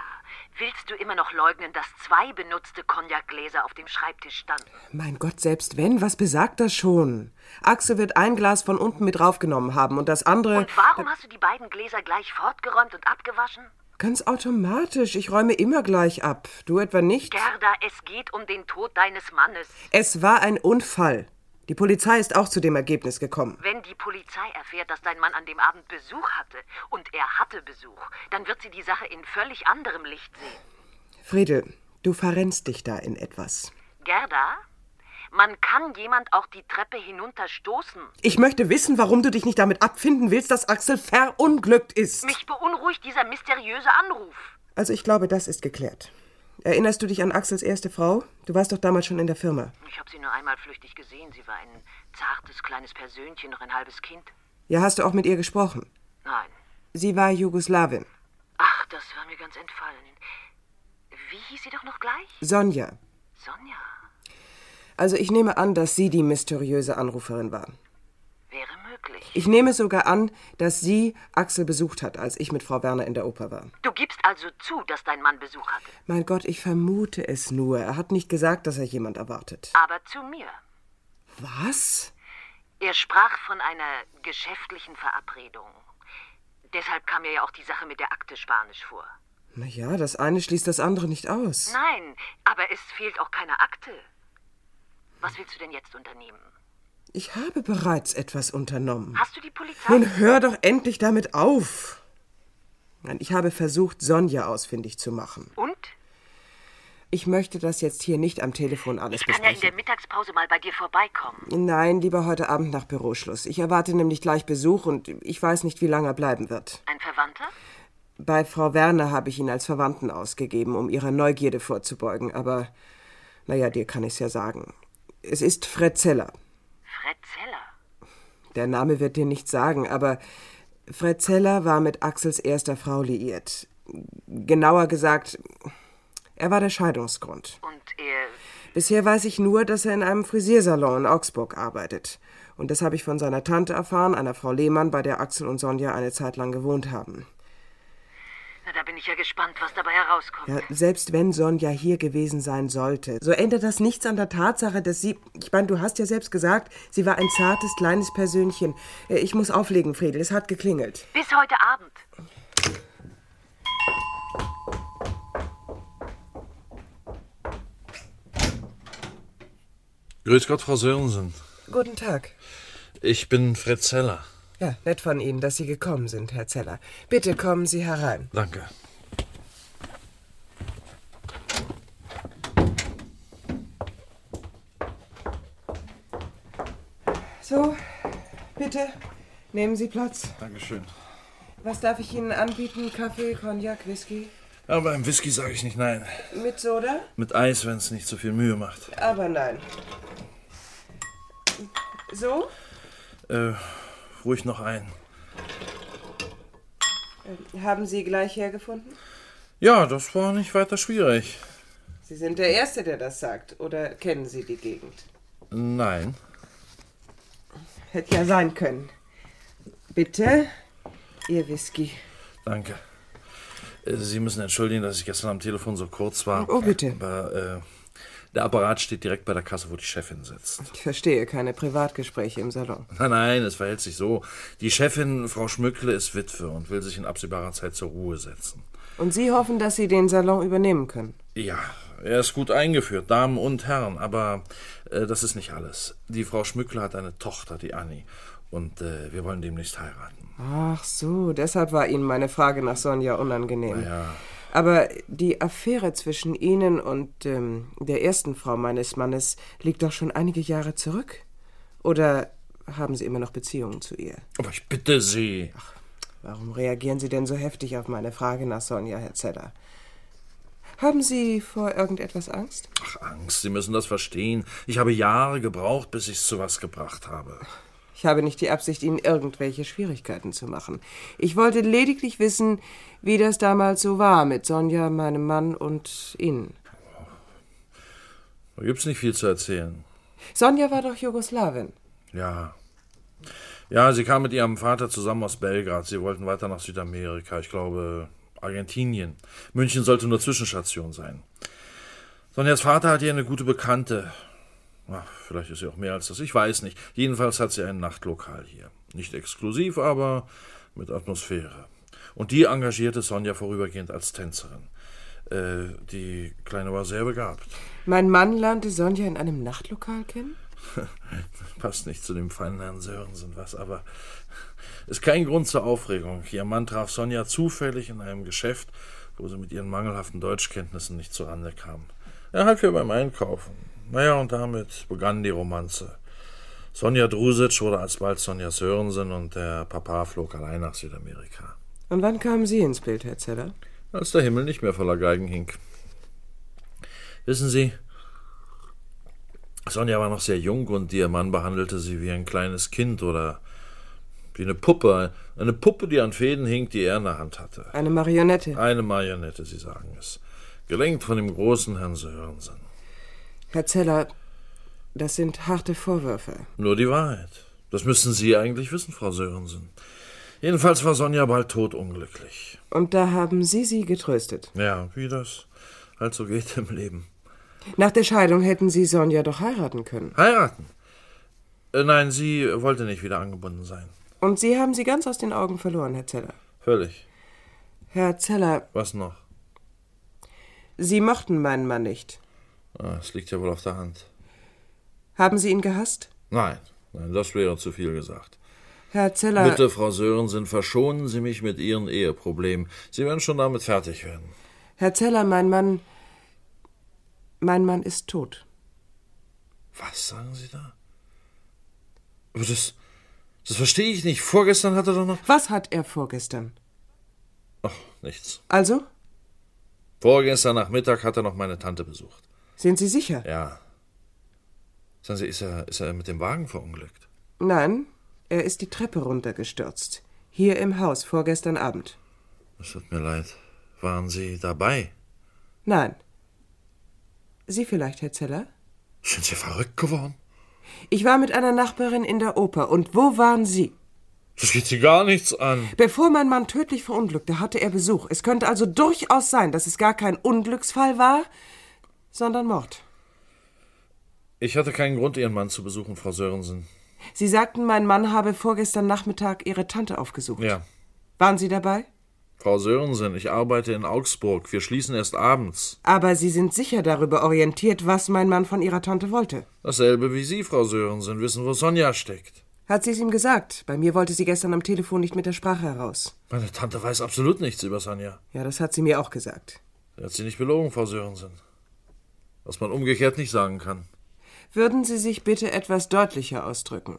willst du immer noch leugnen, dass zwei benutzte Cognacgläser auf dem Schreibtisch standen? Mein Gott, selbst wenn, was besagt das schon? Axel wird ein Glas von unten mit raufgenommen haben und das andere. Und warum hast du die beiden Gläser gleich fortgeräumt und abgewaschen? Ganz automatisch. Ich räume immer gleich ab. Du etwa nicht? Gerda, es geht um den Tod deines Mannes. Es war ein Unfall. Die Polizei ist auch zu dem Ergebnis gekommen. Wenn die Polizei erfährt, dass dein Mann an dem Abend Besuch hatte, und er hatte Besuch, dann wird sie die Sache in völlig anderem Licht sehen. Friedel, du verrennst dich da in etwas. Gerda, man kann jemand auch die Treppe hinunterstoßen. Ich möchte wissen, warum du dich nicht damit abfinden willst, dass Axel verunglückt ist. Mich beunruhigt dieser mysteriöse Anruf. Also ich glaube, das ist geklärt. Erinnerst du dich an Axels erste Frau? Du warst doch damals schon in der Firma. Ich habe sie nur einmal flüchtig gesehen. Sie war ein zartes, kleines Persönchen, noch ein halbes Kind. Ja, hast du auch mit ihr gesprochen? Nein. Sie war Jugoslawin. Ach, das war mir ganz entfallen. Wie hieß sie doch noch gleich? Sonja. Sonja. Also ich nehme an, dass sie die mysteriöse Anruferin war. Wäre möglich. Ich nehme sogar an, dass sie Axel besucht hat, als ich mit Frau Werner in der Oper war. Du gibst also zu, dass dein Mann Besuch hatte. Mein Gott, ich vermute es nur. Er hat nicht gesagt, dass er jemand erwartet. Aber zu mir. Was? Er sprach von einer geschäftlichen Verabredung. Deshalb kam mir ja auch die Sache mit der Akte spanisch vor. Na ja, das eine schließt das andere nicht aus. Nein, aber es fehlt auch keine Akte. Was willst du denn jetzt unternehmen? Ich habe bereits etwas unternommen. Hast du die Polizei? Nun hör doch endlich damit auf. Nein, ich habe versucht, Sonja ausfindig zu machen. Und? Ich möchte das jetzt hier nicht am Telefon alles Ich kann ja in der besprechen. Mittagspause mal bei dir vorbeikommen. Nein, lieber heute Abend nach Büroschluss. Ich erwarte nämlich gleich Besuch und ich weiß nicht, wie lange er bleiben wird. Ein Verwandter? Bei Frau Werner habe ich ihn als Verwandten ausgegeben, um ihrer Neugierde vorzubeugen, aber naja, dir kann ich's ja sagen. Es ist Fred Zeller. Fred Zeller. Der Name wird dir nichts sagen, aber Fred Zeller war mit Axels erster Frau liiert. Genauer gesagt, er war der Scheidungsgrund. Und er. Bisher weiß ich nur, dass er in einem Frisiersalon in Augsburg arbeitet. Und das habe ich von seiner Tante erfahren, einer Frau Lehmann, bei der Axel und Sonja eine Zeit lang gewohnt haben. Na, da bin ich ja gespannt, was dabei herauskommt. Ja, selbst wenn Sonja hier gewesen sein sollte, so ändert das nichts an der Tatsache, dass sie. Ich meine, du hast ja selbst gesagt, sie war ein zartes, kleines Persönchen. Äh, Ich muss auflegen, Friedel, es hat geklingelt. Bis heute Abend. Grüß Gott, Frau Sörensen. Guten Tag. Ich bin Fred Zeller. Ja, nett von Ihnen, dass Sie gekommen sind, Herr Zeller. Bitte kommen Sie herein. Danke. So, bitte, nehmen Sie Platz. Dankeschön. Was darf ich Ihnen anbieten? Kaffee, Cognac, Whisky? Aber beim Whisky sage ich nicht nein. Mit Soda? Mit Eis, wenn es nicht so viel Mühe macht. Aber nein. So? Äh, ruhig noch ein. Ähm, Haben Sie gleich hergefunden? Ja, das war nicht weiter schwierig. Sie sind der Erste, der das sagt. Oder kennen Sie die Gegend? Nein. Hätte ja sein können. Bitte, Ihr Whisky. Danke. Äh, Sie müssen entschuldigen, dass ich gestern am Telefon so kurz war. Oh, bitte. Aber äh, der Apparat steht direkt bei der Kasse, wo die Chefin sitzt. Ich verstehe keine Privatgespräche im Salon. Nein, nein, es verhält sich so. Die Chefin, Frau Schmückle, ist Witwe und will sich in absehbarer Zeit zur Ruhe setzen. Und Sie hoffen, dass Sie den Salon übernehmen können. Ja, er ist gut eingeführt, Damen und Herren, aber äh, das ist nicht alles. Die Frau Schmückle hat eine Tochter, die Annie, und äh, wir wollen demnächst heiraten. Ach so, deshalb war Ihnen meine Frage nach Sonja unangenehm. Ja. Aber die Affäre zwischen Ihnen und ähm, der ersten Frau meines Mannes liegt doch schon einige Jahre zurück. Oder haben Sie immer noch Beziehungen zu ihr? Aber ich bitte Sie. Warum reagieren Sie denn so heftig auf meine Frage nach Sonja, Herr Zeller? Haben Sie vor irgendetwas Angst? Ach, Angst, Sie müssen das verstehen. Ich habe Jahre gebraucht, bis ich es zu was gebracht habe. Ich habe nicht die Absicht, Ihnen irgendwelche Schwierigkeiten zu machen. Ich wollte lediglich wissen, wie das damals so war mit Sonja, meinem Mann und Ihnen. Da gibt's nicht viel zu erzählen. Sonja war doch Jugoslawin. Ja. Ja, sie kam mit ihrem Vater zusammen aus Belgrad. Sie wollten weiter nach Südamerika, ich glaube Argentinien. München sollte nur Zwischenstation sein. Sonjas Vater hat ihr eine gute Bekannte. Ach, vielleicht ist sie auch mehr als das, ich weiß nicht. Jedenfalls hat sie ein Nachtlokal hier. Nicht exklusiv, aber mit Atmosphäre. Und die engagierte Sonja vorübergehend als Tänzerin. Äh, die Kleine war sehr begabt. Mein Mann lernte Sonja in einem Nachtlokal kennen? Passt nicht zu dem feinen Herrn Sörensen was, aber ist kein Grund zur Aufregung. Ihr Mann traf Sonja zufällig in einem Geschäft, wo sie mit ihren mangelhaften Deutschkenntnissen nicht zurande kam. Er half ihr beim Einkaufen. Naja, und damit begann die Romanze. Sonja Drusic wurde alsbald Sonja Sörensen und der Papa flog allein nach Südamerika. Und wann kamen Sie ins Bild, Herr Zeller? Als der Himmel nicht mehr voller Geigen hing. Wissen Sie, Sonja war noch sehr jung und ihr Mann behandelte sie wie ein kleines Kind oder wie eine Puppe. Eine Puppe, die an Fäden hing, die er in der Hand hatte. Eine Marionette. Eine Marionette, Sie sagen es. Gelenkt von dem großen Herrn Sörensen. Herr Zeller, das sind harte Vorwürfe. Nur die Wahrheit. Das müssen Sie eigentlich wissen, Frau Sörensen. Jedenfalls war Sonja bald todunglücklich. Und da haben Sie sie getröstet. Ja, wie das halt so geht im Leben. Nach der Scheidung hätten Sie Sonja doch heiraten können. Heiraten? Äh, nein, sie wollte nicht wieder angebunden sein. Und Sie haben sie ganz aus den Augen verloren, Herr Zeller. Völlig. Herr Zeller, Was noch? Sie mochten meinen Mann nicht. Ah, Es liegt ja wohl auf der Hand. Haben Sie ihn gehasst? Nein, nein, das wäre zu viel gesagt. Herr Zeller. Bitte, Frau Sörensen, verschonen Sie mich mit Ihren Eheproblemen. Sie werden schon damit fertig werden. Herr Zeller, mein Mann. Mein Mann ist tot. Was sagen Sie da? Aber das, das verstehe ich nicht. Vorgestern hat er doch noch Was hat er vorgestern? nichts. Also, Vorgestern Nachmittag hat er noch meine Tante besucht. sind Sie sicher? Ja. Sagen Sie, ist er, ist er mit dem Wagen verunglückt? Nein, er ist die Treppe runtergestürzt. Hier im Haus vorgestern Abend. Es tut mir leid. Waren Sie dabei? Nein. Sie vielleicht, Herr Zeller? Sind Sie verrückt geworden? Ich war mit einer Nachbarin in der Oper. Und wo waren Sie? Das geht sie gar nichts an. Bevor mein Mann tödlich verunglückte, hatte er Besuch. Es könnte also durchaus sein, dass es gar kein Unglücksfall war, sondern Mord. Ich hatte keinen Grund, Ihren Mann zu besuchen, Frau Sörensen. Sie sagten, mein Mann habe vorgestern Nachmittag Ihre Tante aufgesucht. Ja. Waren Sie dabei? Frau Sörensen, ich arbeite in Augsburg. Wir schließen erst abends. Aber Sie sind sicher darüber orientiert, was mein Mann von Ihrer Tante wollte. Dasselbe wie Sie, Frau Sörensen, wissen, wo Sonja steckt. Hat sie es ihm gesagt? Bei mir wollte sie gestern am Telefon nicht mit der Sprache heraus. Meine Tante weiß absolut nichts über Sonja. Ja, das hat sie mir auch gesagt. Sie hat sie nicht belogen, Frau Sörensen. Was man umgekehrt nicht sagen kann. Würden Sie sich bitte etwas deutlicher ausdrücken?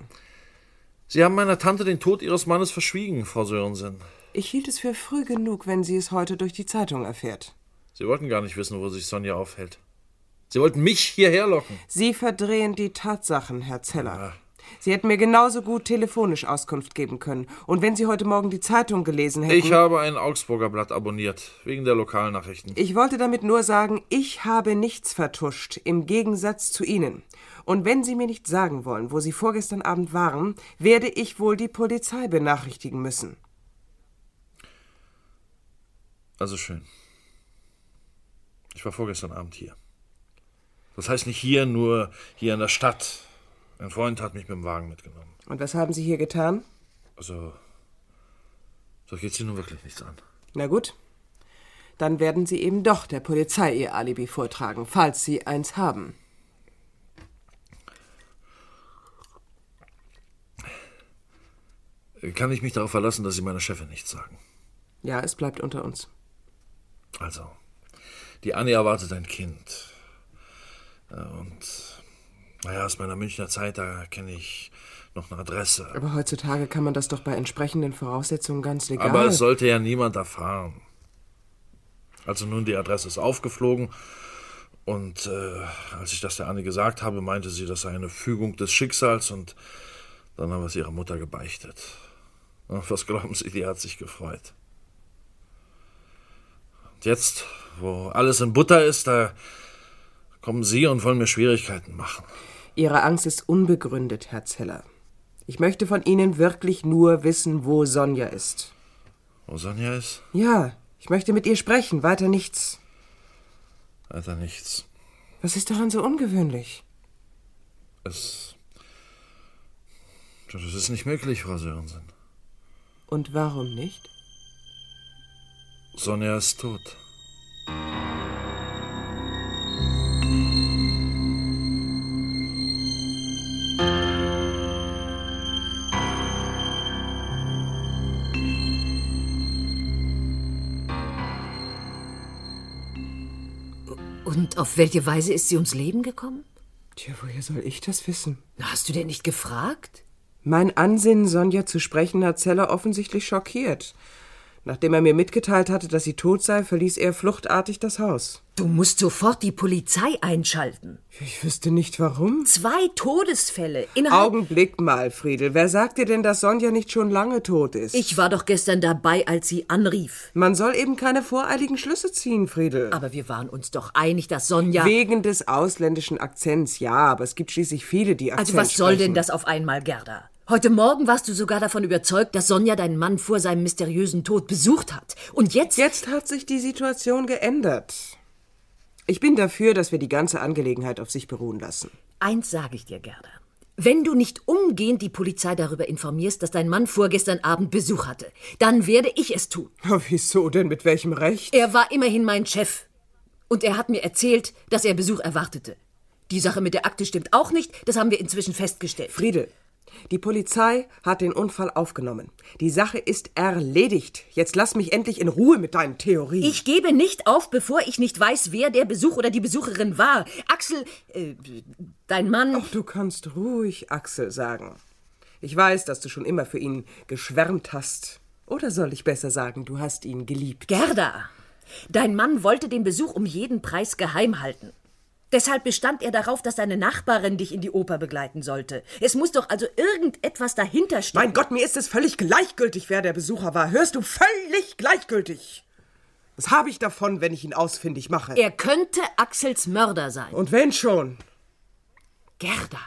Sie haben meiner Tante den Tod ihres Mannes verschwiegen, Frau Sörensen. Ich hielt es für früh genug, wenn sie es heute durch die Zeitung erfährt. Sie wollten gar nicht wissen, wo sich Sonja aufhält. Sie wollten mich hierher locken. Sie verdrehen die Tatsachen, Herr Zeller. Sie hätten mir genauso gut telefonisch Auskunft geben können. Und wenn Sie heute Morgen die Zeitung gelesen hätten. Ich habe ein Augsburger Blatt abonniert, wegen der Lokalnachrichten. Ich wollte damit nur sagen, ich habe nichts vertuscht, im Gegensatz zu Ihnen. Und wenn Sie mir nicht sagen wollen, wo Sie vorgestern Abend waren, werde ich wohl die Polizei benachrichtigen müssen. Also schön. Ich war vorgestern Abend hier. Das heißt nicht hier, nur hier in der Stadt. Ein Freund hat mich mit dem Wagen mitgenommen. Und was haben Sie hier getan? Also, so geht's hier nun wirklich nichts an. Na gut. Dann werden Sie eben doch der Polizei Ihr Alibi vortragen, falls Sie eins haben. Kann ich mich darauf verlassen, dass Sie meiner Chefin nichts sagen? Ja, es bleibt unter uns. Also, die Annie erwartet ein Kind. Äh, Und, naja, aus meiner Münchner Zeit, da kenne ich noch eine Adresse. Aber heutzutage kann man das doch bei entsprechenden Voraussetzungen ganz legal. Aber es sollte ja niemand erfahren. Also nun, die Adresse ist aufgeflogen. Und äh, als ich das der Anne gesagt habe, meinte sie, das sei eine Fügung des Schicksals. Und dann haben wir es ihrer Mutter gebeichtet. Und was glauben Sie, die hat sich gefreut. Und jetzt, wo alles in Butter ist, da kommen Sie und wollen mir Schwierigkeiten machen. Ihre Angst ist unbegründet, Herr Zeller. Ich möchte von Ihnen wirklich nur wissen, wo Sonja ist. Wo Sonja ist, Ja, ich möchte mit ihr sprechen, weiter nichts. weiter nichts. Was ist daran so ungewöhnlich? Es. Das ist nicht möglich, Frau Sörensen. Und warum nicht? Sonja ist tot. Und auf welche Weise ist sie ums Leben gekommen? Tja, woher soll ich das wissen? Hast du denn nicht gefragt? Mein Ansinnen, Sonja zu sprechen, hat Zeller offensichtlich schockiert. Nachdem er mir mitgeteilt hatte, dass sie tot sei, verließ er fluchtartig das Haus. Du musst sofort die Polizei einschalten. Ich wüsste nicht warum. Zwei Todesfälle innerhalb. Augenblick mal, Friedel. Wer sagt dir denn, dass Sonja nicht schon lange tot ist? Ich war doch gestern dabei, als sie anrief. Man soll eben keine voreiligen Schlüsse ziehen, Friedel. Aber wir waren uns doch einig, dass Sonja. Wegen des ausländischen Akzents, ja, aber es gibt schließlich viele, die Akzent also was soll sprechen. denn das auf einmal, Gerda? Heute Morgen warst du sogar davon überzeugt, dass Sonja deinen Mann vor seinem mysteriösen Tod besucht hat. Und jetzt. Jetzt hat sich die Situation geändert. Ich bin dafür, dass wir die ganze Angelegenheit auf sich beruhen lassen. Eins sage ich dir, Gerda. Wenn du nicht umgehend die Polizei darüber informierst, dass dein Mann vorgestern Abend Besuch hatte, dann werde ich es tun. Na, wieso denn? Mit welchem Recht? Er war immerhin mein Chef. Und er hat mir erzählt, dass er Besuch erwartete. Die Sache mit der Akte stimmt auch nicht, das haben wir inzwischen festgestellt. Friedel, die Polizei hat den Unfall aufgenommen. Die Sache ist erledigt. Jetzt lass mich endlich in Ruhe mit deinen Theorien. Ich gebe nicht auf, bevor ich nicht weiß, wer der Besuch oder die Besucherin war. Axel, äh, dein Mann. Ach, du kannst ruhig Axel sagen. Ich weiß, dass du schon immer für ihn geschwärmt hast. Oder soll ich besser sagen, du hast ihn geliebt. Gerda, dein Mann wollte den Besuch um jeden Preis geheim halten. Deshalb bestand er darauf, dass deine Nachbarin dich in die Oper begleiten sollte. Es muss doch also irgendetwas dahinter stehen. Mein Gott, mir ist es völlig gleichgültig, wer der Besucher war. Hörst du, völlig gleichgültig. Was habe ich davon, wenn ich ihn ausfindig mache? Er könnte Axels Mörder sein. Und wenn schon. Gerda.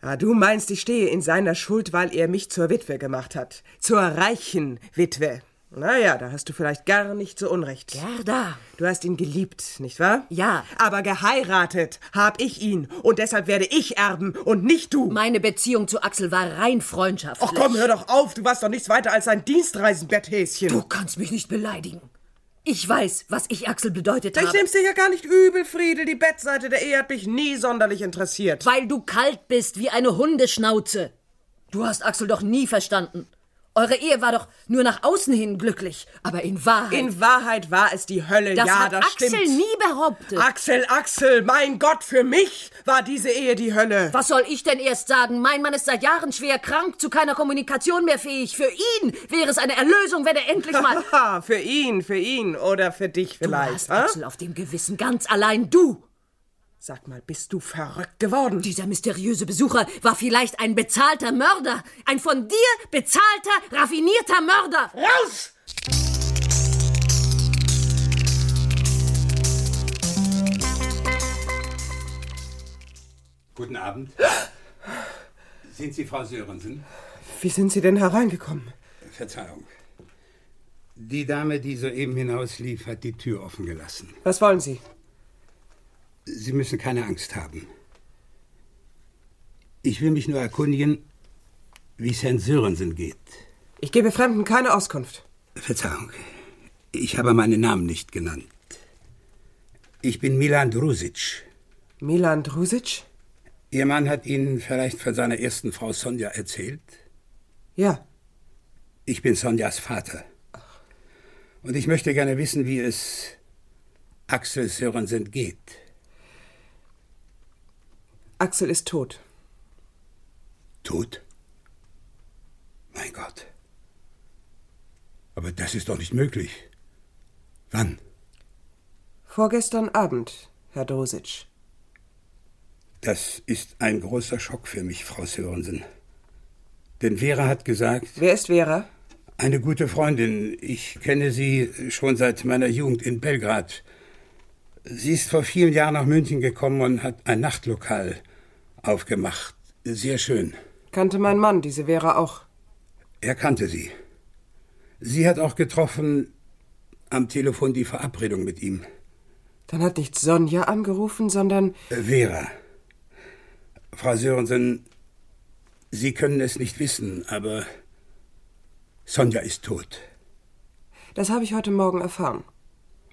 Ah, du meinst, ich stehe in seiner Schuld, weil er mich zur Witwe gemacht hat. Zur reichen Witwe. Naja, da hast du vielleicht gar nicht so unrecht. Gerda! Du hast ihn geliebt, nicht wahr? Ja. Aber geheiratet hab ich ihn. Und deshalb werde ich erben und nicht du. Meine Beziehung zu Axel war rein freundschaftlich. Ach komm, hör doch auf. Du warst doch nichts weiter als ein Dienstreisenbetthäschen. Du kannst mich nicht beleidigen. Ich weiß, was ich Axel bedeutet habe. Ich nimm's dir ja gar nicht übel, Friedel. Die Bettseite der Ehe hat mich nie sonderlich interessiert. Weil du kalt bist wie eine Hundeschnauze. Du hast Axel doch nie verstanden. Eure Ehe war doch nur nach außen hin glücklich, aber in Wahrheit. In Wahrheit war es die Hölle, das ja, hat das Axel stimmt. nie behauptet. Axel, Axel, mein Gott, für mich war diese Ehe die Hölle. Was soll ich denn erst sagen? Mein Mann ist seit Jahren schwer krank, zu keiner Kommunikation mehr fähig. Für ihn wäre es eine Erlösung, wenn er endlich mal. Haha, für ihn, für ihn oder für dich vielleicht. Du hast ha? Axel auf dem Gewissen, ganz allein du. Sag mal, bist du verrückt geworden? Dieser mysteriöse Besucher war vielleicht ein bezahlter Mörder. Ein von dir bezahlter, raffinierter Mörder. Raus! Guten Abend. Sind Sie Frau Sörensen? Wie sind Sie denn hereingekommen? Verzeihung. Die Dame, die soeben hinauslief, hat die Tür offen gelassen. Was wollen Sie? Sie müssen keine Angst haben. Ich will mich nur erkundigen, wie es Herrn Sörensen geht. Ich gebe Fremden keine Auskunft. Verzeihung, ich habe meinen Namen nicht genannt. Ich bin Milan Drusic. Milan Drusic? Ihr Mann hat Ihnen vielleicht von seiner ersten Frau Sonja erzählt? Ja. Ich bin Sonjas Vater. Und ich möchte gerne wissen, wie es Axel Sörensen geht. Axel ist tot. Tot? Mein Gott. Aber das ist doch nicht möglich. Wann? Vorgestern Abend, Herr Drusic. Das ist ein großer Schock für mich, Frau Sörensen. Denn Vera hat gesagt. Wer ist Vera? Eine gute Freundin. Ich kenne sie schon seit meiner Jugend in Belgrad. Sie ist vor vielen Jahren nach München gekommen und hat ein Nachtlokal aufgemacht. Sehr schön. Kannte mein Mann diese Vera auch? Er kannte sie. Sie hat auch getroffen am Telefon die Verabredung mit ihm. Dann hat nicht Sonja angerufen, sondern. Äh, Vera. Frau Sörensen, Sie können es nicht wissen, aber Sonja ist tot. Das habe ich heute Morgen erfahren.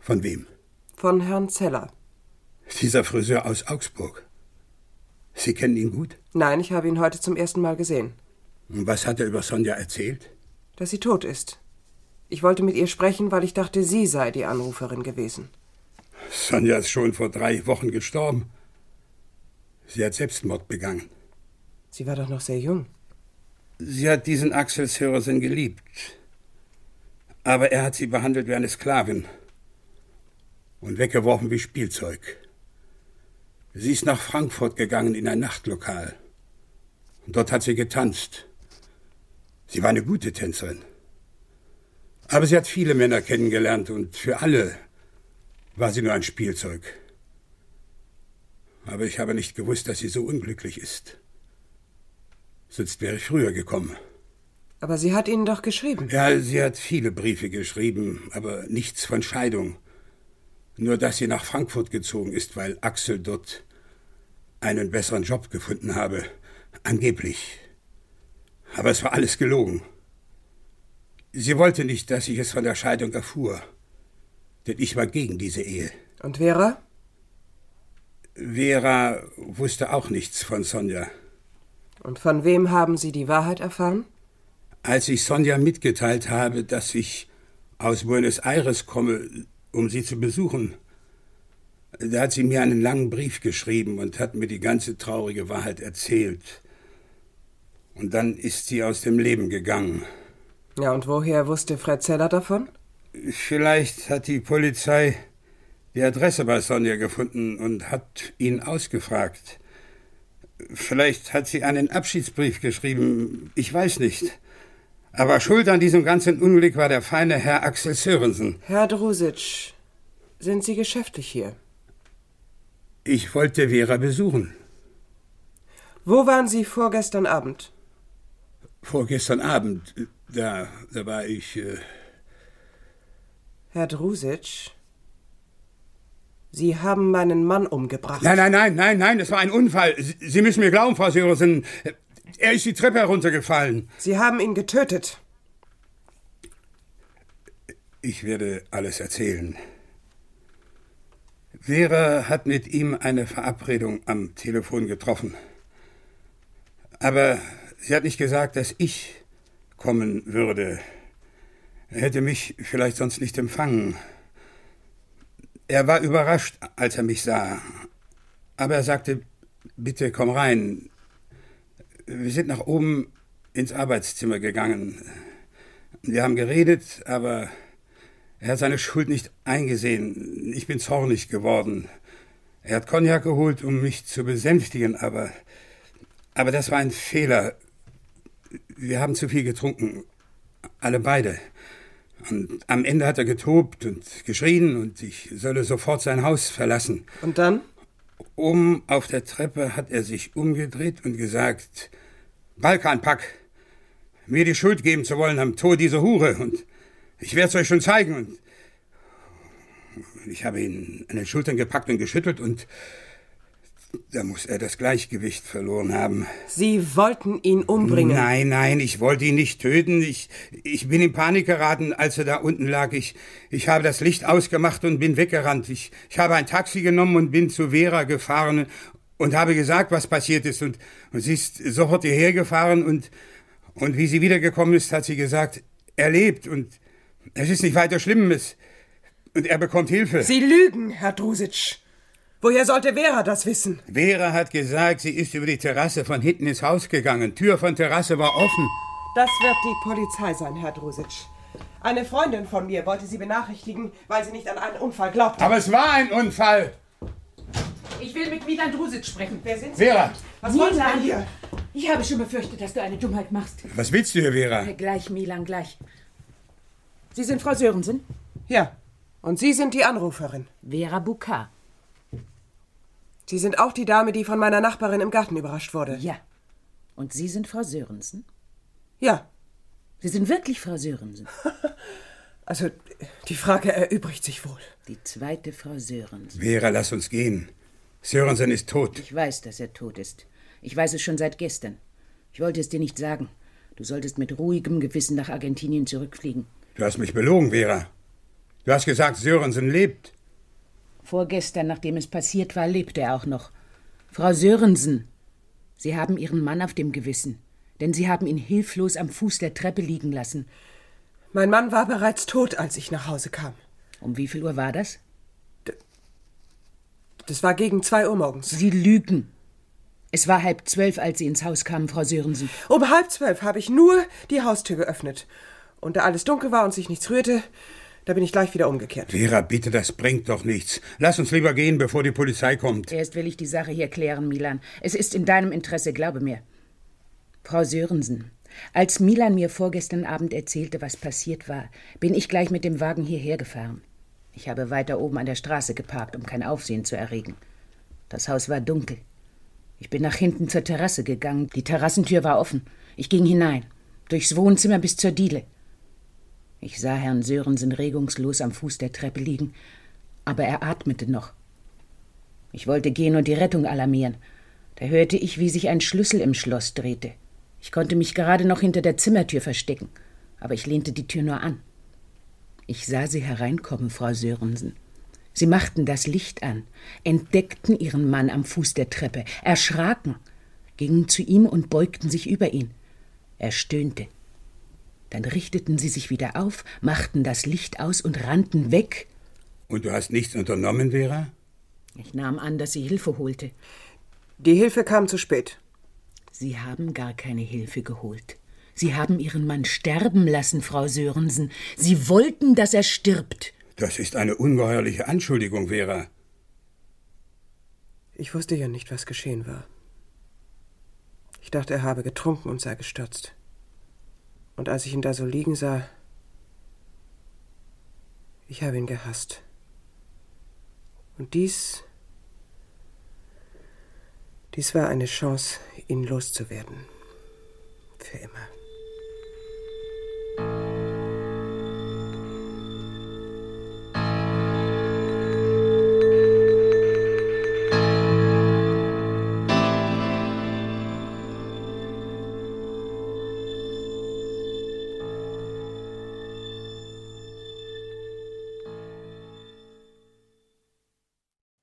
Von wem? Von Herrn Zeller. Dieser Friseur aus Augsburg. Sie kennen ihn gut? Nein, ich habe ihn heute zum ersten Mal gesehen. Was hat er über Sonja erzählt? Dass sie tot ist. Ich wollte mit ihr sprechen, weil ich dachte, sie sei die Anruferin gewesen. Sonja ist schon vor drei Wochen gestorben. Sie hat Selbstmord begangen. Sie war doch noch sehr jung. Sie hat diesen Axel Sörensen geliebt. Aber er hat sie behandelt wie eine Sklavin und weggeworfen wie Spielzeug. Sie ist nach Frankfurt gegangen in ein Nachtlokal. Und dort hat sie getanzt. Sie war eine gute Tänzerin. Aber sie hat viele Männer kennengelernt und für alle war sie nur ein Spielzeug. Aber ich habe nicht gewusst, dass sie so unglücklich ist sonst wäre ich früher gekommen. Aber sie hat Ihnen doch geschrieben. Ja, sie hat viele Briefe geschrieben, aber nichts von Scheidung. Nur dass sie nach Frankfurt gezogen ist, weil Axel dort einen besseren Job gefunden habe, angeblich. Aber es war alles gelogen. Sie wollte nicht, dass ich es von der Scheidung erfuhr, denn ich war gegen diese Ehe. Und Vera? Vera wusste auch nichts von Sonja. Und von wem haben Sie die Wahrheit erfahren? Als ich Sonja mitgeteilt habe, dass ich aus Buenos Aires komme, um sie zu besuchen, da hat sie mir einen langen Brief geschrieben und hat mir die ganze traurige Wahrheit erzählt. Und dann ist sie aus dem Leben gegangen. Ja, und woher wusste Fred Zeller davon? Vielleicht hat die Polizei die Adresse bei Sonja gefunden und hat ihn ausgefragt. Vielleicht hat sie einen Abschiedsbrief geschrieben, ich weiß nicht. Aber schuld an diesem ganzen Unglück war der feine Herr Axel Sörensen. Herr Drusic, sind Sie geschäftlich hier? Ich wollte Vera besuchen. Wo waren Sie vorgestern Abend? Vorgestern Abend, da, da war ich. Äh, Herr Drusic, Sie haben meinen Mann umgebracht. nein, nein, nein, nein, nein, es war ein Unfall. Sie, Sie müssen mir glauben, Frau Sörensen. Er ist die Treppe heruntergefallen. Sie haben ihn getötet. Ich werde alles erzählen. Vera hat mit ihm eine Verabredung am Telefon getroffen. Aber sie hat nicht gesagt, dass ich kommen würde. Er hätte mich vielleicht sonst nicht empfangen. Er war überrascht, als er mich sah. Aber er sagte, bitte komm rein. Wir sind nach oben ins Arbeitszimmer gegangen. Wir haben geredet, aber er hat seine Schuld nicht eingesehen. Ich bin zornig geworden. Er hat Cognac geholt, um mich zu besänftigen, aber, aber das war ein Fehler. Wir haben zu viel getrunken. Alle beide. Und am Ende hat er getobt und geschrien und ich solle sofort sein Haus verlassen. Und dann? Oben auf der Treppe hat er sich umgedreht und gesagt, Balkanpack, mir die Schuld geben zu wollen am Tod dieser Hure und ich werde es euch schon zeigen. Und ich habe ihn an den Schultern gepackt und geschüttelt und da muss er das Gleichgewicht verloren haben. Sie wollten ihn umbringen. Nein, nein, ich wollte ihn nicht töten. Ich, ich bin in Panik geraten, als er da unten lag. Ich, ich habe das Licht ausgemacht und bin weggerannt. Ich, ich habe ein Taxi genommen und bin zu Vera gefahren und habe gesagt, was passiert ist. Und, und sie ist sofort hierher gefahren und, und wie sie wiedergekommen ist, hat sie gesagt, er lebt und es ist nicht weiter Schlimmes. Und er bekommt Hilfe. Sie lügen, Herr Drusic. Woher sollte Vera das wissen? Vera hat gesagt, sie ist über die Terrasse von hinten ins Haus gegangen. Tür von Terrasse war offen. Das wird die Polizei sein, Herr Drusic. Eine Freundin von mir wollte Sie benachrichtigen, weil sie nicht an einen Unfall glaubte. Aber es war ein Unfall. Ich will mit Milan Drusic sprechen. Wer sind Vera. Was wollen Sie Milan, denn hier? Ich habe schon befürchtet, dass du eine Dummheit machst. Was willst du hier, Vera? Gleich, Milan, gleich. Sie sind Frau Sörensen? Ja. Und Sie sind die Anruferin. Vera Bukar. Sie sind auch die Dame, die von meiner Nachbarin im Garten überrascht wurde. Ja. Und Sie sind Frau Sörensen? Ja. Sie sind wirklich Frau Sörensen? Also, die Frage erübrigt sich wohl. Die zweite Frau Sörensen. Vera, lass uns gehen. Sörensen ist tot. Ich weiß, dass er tot ist. Ich weiß es schon seit gestern. Ich wollte es dir nicht sagen. Du solltest mit ruhigem Gewissen nach Argentinien zurückfliegen. Du hast mich belogen, Vera. Du hast gesagt, Sörensen lebt. Vorgestern, nachdem es passiert war, lebte er auch noch. Frau Sörensen, Sie haben Ihren Mann auf dem Gewissen, denn Sie haben ihn hilflos am Fuß der Treppe liegen lassen. Mein Mann war bereits tot, als ich nach Hause kam. Um wie viel Uhr war das? Das war gegen zwei Uhr morgens. Sie lügen. Es war halb zwölf, als Sie ins Haus kamen, Frau Sörensen. Um halb zwölf habe ich nur die Haustür geöffnet. Und da alles dunkel war und sich nichts rührte, da bin ich gleich wieder umgekehrt. Vera, bitte, das bringt doch nichts. Lass uns lieber gehen, bevor die Polizei kommt. Erst will ich die Sache hier klären, Milan. Es ist in deinem Interesse, glaube mir. Frau Sörensen, als Milan mir vorgestern Abend erzählte, was passiert war, bin ich gleich mit dem Wagen hierher gefahren. Ich habe weiter oben an der Straße geparkt, um kein Aufsehen zu erregen. Das Haus war dunkel. Ich bin nach hinten zur Terrasse gegangen. Die Terrassentür war offen. Ich ging hinein, durchs Wohnzimmer bis zur Diele. Ich sah Herrn Sörensen regungslos am Fuß der Treppe liegen, aber er atmete noch. Ich wollte gehen und die Rettung alarmieren. Da hörte ich, wie sich ein Schlüssel im Schloss drehte. Ich konnte mich gerade noch hinter der Zimmertür verstecken, aber ich lehnte die Tür nur an. Ich sah sie hereinkommen, Frau Sörensen. Sie machten das Licht an, entdeckten ihren Mann am Fuß der Treppe, erschraken, gingen zu ihm und beugten sich über ihn. Er stöhnte. Dann richteten sie sich wieder auf, machten das Licht aus und rannten weg. Und du hast nichts unternommen, Vera? Ich nahm an, dass sie Hilfe holte. Die Hilfe kam zu spät. Sie haben gar keine Hilfe geholt. Sie haben Ihren Mann sterben lassen, Frau Sörensen. Sie wollten, dass er stirbt. Das ist eine ungeheuerliche Anschuldigung, Vera. Ich wusste ja nicht, was geschehen war. Ich dachte, er habe getrunken und sei gestürzt. Und als ich ihn da so liegen sah, ich habe ihn gehasst. Und dies, dies war eine Chance, ihn loszuwerden. Für immer.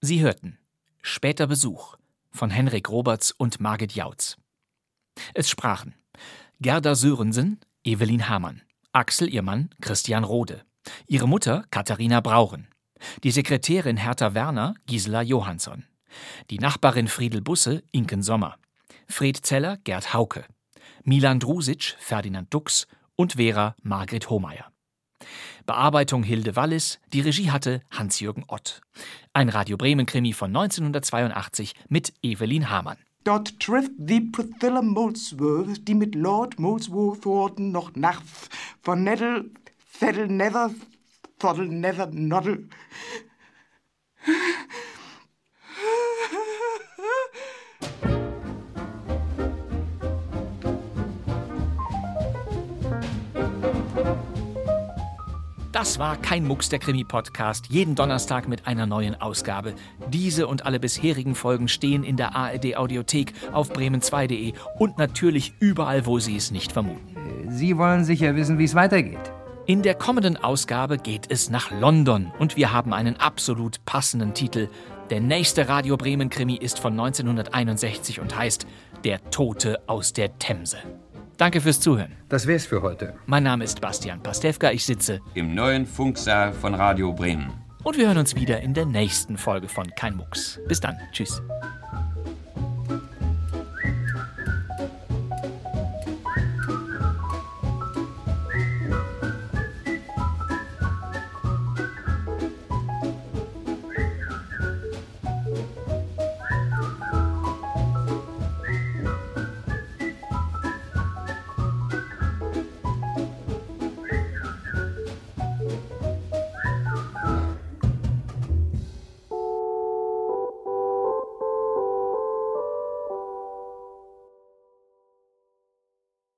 Sie hörten Später Besuch von Henrik Roberts und Margit Jautz. Es sprachen Gerda Sörensen, Evelyn Hamann, Axel ihr Mann Christian Rode, ihre Mutter Katharina Brauren, die Sekretärin Hertha Werner Gisela Johansson, die Nachbarin Friedel Busse Inken Sommer, Fred Zeller Gerd Hauke, Milan Drusic Ferdinand Dux und Vera Margret Hohmeier. Bearbeitung Hilde Wallis, die Regie hatte Hans-Jürgen Ott. Ein Radio Bremen-Krimi von 1982 mit Evelyn Hamann. Dort trifft sie Priscilla Molesworth, die mit Lord Molesworth Warden noch nachts von Nettle, Settle Nether, Soddle Nether, Noddle. Das war kein Mucks der Krimi-Podcast. Jeden Donnerstag mit einer neuen Ausgabe. Diese und alle bisherigen Folgen stehen in der ARD-Audiothek auf bremen2.de und natürlich überall, wo Sie es nicht vermuten. Sie wollen sicher wissen, wie es weitergeht. In der kommenden Ausgabe geht es nach London und wir haben einen absolut passenden Titel. Der nächste Radio Bremen-Krimi ist von 1961 und heißt Der Tote aus der Themse. Danke fürs Zuhören. Das wär's für heute. Mein Name ist Bastian Pastewka, ich sitze Im neuen Funksaal von Radio Bremen. und wir hören uns wieder in der nächsten Folge von Kein Mucks. Bis dann, tschüss.